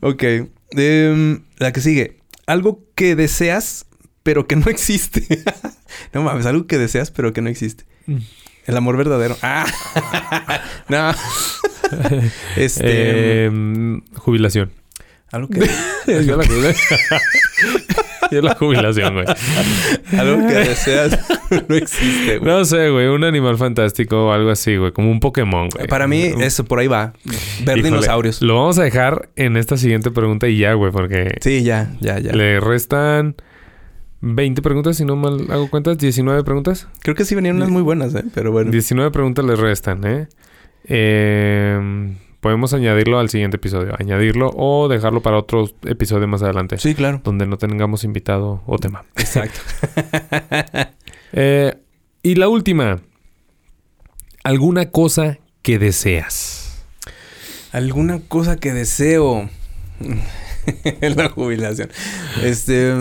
[SPEAKER 1] Ok. Em, la que sigue. Algo que deseas, pero que no existe. *laughs* no mames, algo que deseas, pero que no existe.
[SPEAKER 2] Mm.
[SPEAKER 1] El amor verdadero. Ah. *laughs*
[SPEAKER 2] *laughs*
[SPEAKER 1] no. este.
[SPEAKER 2] Em, jubilación.
[SPEAKER 1] Algo
[SPEAKER 2] *laughs*
[SPEAKER 1] que. *laughs*
[SPEAKER 2] Yo la jubilación. *laughs* Yo la jubilación, güey.
[SPEAKER 1] algo que deseas, pero no existe, güey.
[SPEAKER 2] No sé, güey. Un animal fantástico o algo así, güey. Como un Pokémon, güey.
[SPEAKER 1] Para mí, eso por ahí va. Ver
[SPEAKER 2] Híjole,
[SPEAKER 1] dinosaurios.
[SPEAKER 2] Lo vamos a dejar en esta siguiente pregunta y ya, güey. Porque
[SPEAKER 1] Sí, ya, ya, ya.
[SPEAKER 2] le restan 20 preguntas, si no mal hago cuentas. 19 preguntas.
[SPEAKER 1] Creo que sí venían unas muy buenas, ¿eh? Pero bueno.
[SPEAKER 2] 19 preguntas le restan, ¿eh? Em, podemos añadirlo al siguiente episodio. Añadirlo o dejarlo para otro episodio más adelante.
[SPEAKER 1] Sí, claro.
[SPEAKER 2] Donde no tengamos invitado o tema.
[SPEAKER 1] Exacto.
[SPEAKER 2] *laughs*
[SPEAKER 1] *laughs*
[SPEAKER 2] Eh, y la última. ¿Alguna cosa que deseas?
[SPEAKER 1] ¿Alguna cosa que deseo? *laughs* la jubilación. Este.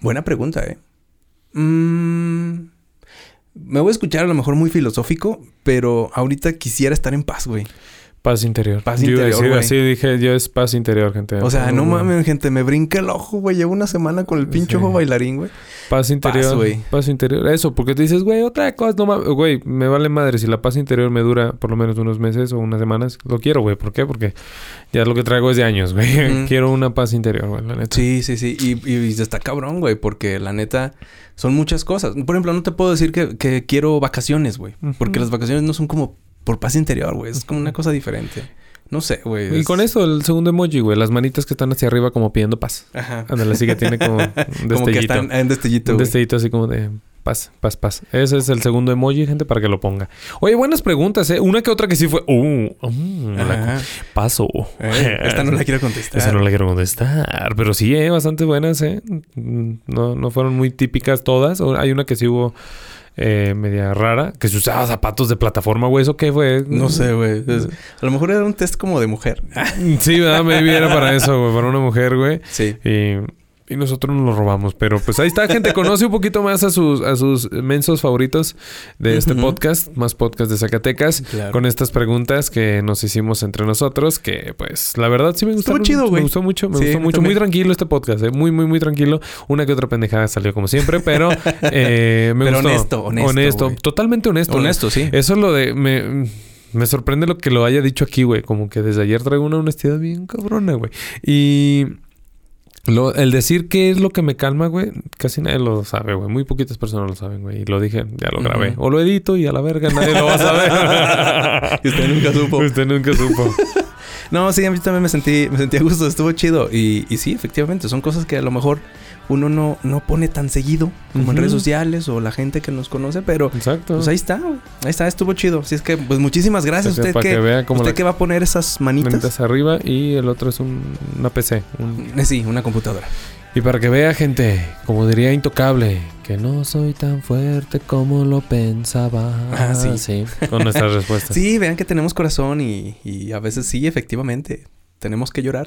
[SPEAKER 1] Buena pregunta, ¿eh? Mm, me voy a escuchar a lo mejor muy filosófico, pero ahorita quisiera estar en paz, güey.
[SPEAKER 2] Paz interior.
[SPEAKER 1] Paz
[SPEAKER 2] Yo iba a
[SPEAKER 1] interior,
[SPEAKER 2] decir
[SPEAKER 1] güey.
[SPEAKER 2] así dije, yo es paz interior, gente.
[SPEAKER 1] O sea, no
[SPEAKER 2] Uh,
[SPEAKER 1] mames, gente, me brinca el ojo, güey. Llevo una semana con el pinche
[SPEAKER 2] Sí.
[SPEAKER 1] ojo bailarín, güey.
[SPEAKER 2] Paz interior. Paz,
[SPEAKER 1] güey.
[SPEAKER 2] interior. Eso, porque te dices, güey, otra cosa, no mames. Güey, me vale madre. Si la paz interior me dura por lo menos unos meses o unas semanas, lo quiero, güey. ¿Por qué? Porque ya es lo que traigo es de años, güey.
[SPEAKER 1] Ujú.
[SPEAKER 2] *laughs* Quiero una paz interior, güey, la neta.
[SPEAKER 1] Sí, sí, sí. Y, y está cabrón, güey, porque la neta son muchas cosas. Por ejemplo, no te puedo decir que, que quiero vacaciones, güey. Porque
[SPEAKER 2] Ujú.
[SPEAKER 1] las vacaciones no son como por paz interior, güey. Es como una cosa diferente. No sé, güey.
[SPEAKER 2] Y
[SPEAKER 1] es-
[SPEAKER 2] con eso, el segundo emoji, güey. Las manitas que están hacia arriba como pidiendo paz.
[SPEAKER 1] Ajá. *laughs*
[SPEAKER 2] Ándale, así que tiene como un destellito.
[SPEAKER 1] Como que están en destellito.
[SPEAKER 2] Un
[SPEAKER 1] güey.
[SPEAKER 2] destellito así como de Paz, paz, paz. Ese es el segundo emoji, gente, para que lo ponga. Oye, buenas preguntas, ¿eh? Una que otra que sí fue. Uh, mm, la
[SPEAKER 1] Ajá.
[SPEAKER 2] co- paso.
[SPEAKER 1] Eh, esta
[SPEAKER 2] *laughs*
[SPEAKER 1] no la quiero contestar.
[SPEAKER 2] Esa no la quiero contestar. Pero sí, eh, bastante buenas, ¿eh? Mm, No, no fueron muy típicas todas. O- Hay una que sí hubo eh, media rara, que se usaba zapatos de plataforma, güey. ¿Eso qué fue?
[SPEAKER 1] No sé, güey. Es-
[SPEAKER 2] Mm.
[SPEAKER 1] A lo mejor era un test como de mujer.
[SPEAKER 2] *laughs* Ah, Sí, ¿verdad? Maybe era para eso, güey. Para una mujer, güey.
[SPEAKER 1] Sí.
[SPEAKER 2] Y, y nosotros nos lo robamos. Pero pues ahí está, gente. Conoce un poquito más a sus, a sus mensos favoritos de este
[SPEAKER 1] Ujú.
[SPEAKER 2] podcast, más podcast de Zacatecas,
[SPEAKER 1] Claro.
[SPEAKER 2] con estas preguntas que nos hicimos entre nosotros. Que pues la verdad sí me gustó.
[SPEAKER 1] Estuvo chido, güey.
[SPEAKER 2] Me gustó mucho, me
[SPEAKER 1] Sí,
[SPEAKER 2] gustó
[SPEAKER 1] a mí
[SPEAKER 2] mucho. Muy
[SPEAKER 1] también.
[SPEAKER 2] tranquilo este podcast, ¿eh? muy, muy, muy tranquilo. Una que otra pendejada salió como siempre, pero
[SPEAKER 1] *laughs*
[SPEAKER 2] eh, me
[SPEAKER 1] Pero
[SPEAKER 2] gustó.
[SPEAKER 1] honesto, honesto, güey.
[SPEAKER 2] totalmente honesto.
[SPEAKER 1] Honesto, sí.
[SPEAKER 2] Eso es lo de. Me, me sorprende lo que lo haya dicho aquí, güey. Como que desde ayer traigo una honestidad bien cabrona, güey. Y. lo- el decir qué es lo que me calma, güey, casi nadie lo sabe, güey. Muy poquitas personas lo saben, güey. Y lo dije, ya lo grabé.
[SPEAKER 1] Ujú.
[SPEAKER 2] O lo edito y a la verga nadie lo va a saber.
[SPEAKER 1] *laughs* Y usted nunca supo.
[SPEAKER 2] Usted nunca supo.
[SPEAKER 1] No, sí, a mí también me sentí, me sentí a gusto, estuvo chido. Y, y sí, efectivamente, son cosas que a lo mejor uno no, no pone tan seguido, como en
[SPEAKER 2] Ujú.
[SPEAKER 1] redes sociales o la gente que nos conoce, pero
[SPEAKER 2] Exacto.
[SPEAKER 1] pues ahí está, güey. ahí está, estuvo chido. Así es que, pues muchísimas gracias a
[SPEAKER 2] Para que-
[SPEAKER 1] usted
[SPEAKER 2] para
[SPEAKER 1] que,
[SPEAKER 2] que vea cómo
[SPEAKER 1] usted
[SPEAKER 2] la-
[SPEAKER 1] que va a poner esas manitas.
[SPEAKER 2] Manitas arriba y el otro es un- una PC. un-
[SPEAKER 1] Eh, Sí, una computadora.
[SPEAKER 2] Y para que vea, gente, como diría Intocable, que no soy tan fuerte como lo pensaba.
[SPEAKER 1] Ah, sí.
[SPEAKER 2] Con nuestras respuestas.
[SPEAKER 1] Sí, vean que tenemos corazón y, y a veces sí, efectivamente, tenemos que
[SPEAKER 2] *laughs*
[SPEAKER 1] llorar.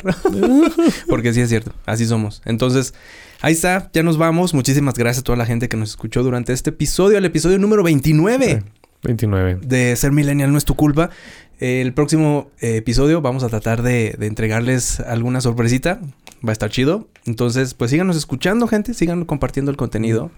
[SPEAKER 1] Porque sí es cierto, así somos. Entonces, ahí está, ya nos vamos. Muchísimas gracias a toda la gente que nos escuchó durante este episodio, el episodio número 29
[SPEAKER 2] 29.
[SPEAKER 1] de Ser Millennial No es tu culpa. El próximo eh, episodio vamos a tratar de, de entregarles alguna sorpresita. Va a estar chido. Entonces, pues síganos escuchando, gente, sigan compartiendo el contenido.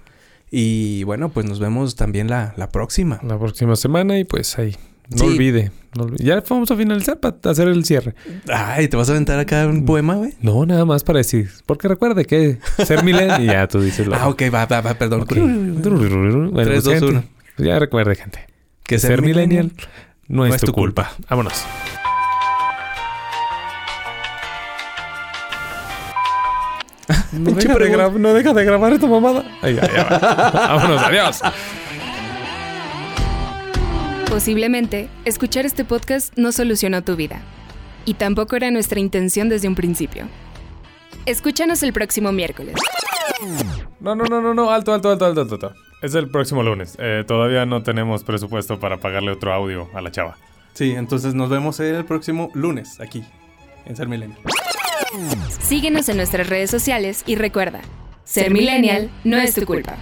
[SPEAKER 1] Y bueno, pues nos vemos también la, la próxima.
[SPEAKER 2] La próxima semana y pues ahí. No
[SPEAKER 1] Sí.
[SPEAKER 2] olvide. no olvide. Ya vamos a finalizar para hacer el cierre.
[SPEAKER 1] Ay, ¿te vas a aventar acá un poema, güey?
[SPEAKER 2] No, nada más para decir. Porque recuerde que ser milen y ya tú dices lo.
[SPEAKER 1] Ah, ok, va, va, va, perdón.
[SPEAKER 2] Ok. Bueno,
[SPEAKER 1] Tres,
[SPEAKER 2] pues,
[SPEAKER 1] dos,
[SPEAKER 2] gente,
[SPEAKER 1] uno.
[SPEAKER 2] pues ya recuerde, gente.
[SPEAKER 1] Que
[SPEAKER 2] Ser millennial no es, tu
[SPEAKER 1] culpa.
[SPEAKER 2] culpa. Vámonos. *laughs*
[SPEAKER 1] Pinche pregunta.
[SPEAKER 2] no deja de grabar esta mamada. Ahí ya, ya *laughs* va. Vámonos, adiós.
[SPEAKER 3] Posiblemente, escuchar este podcast no solucionó tu vida. Y tampoco era nuestra intención desde un principio. Escúchanos el próximo miércoles.
[SPEAKER 2] No, no, no, no, no. Alto, alto, alto, alto, alto, alto. Es el próximo lunes. Eh, todavía no tenemos presupuesto para pagarle otro audio a la chava.
[SPEAKER 1] Sí, entonces nos vemos el próximo lunes aquí, en Ser Millennial.
[SPEAKER 3] Síguenos en nuestras redes sociales y recuerda, ser millennial no es tu culpa.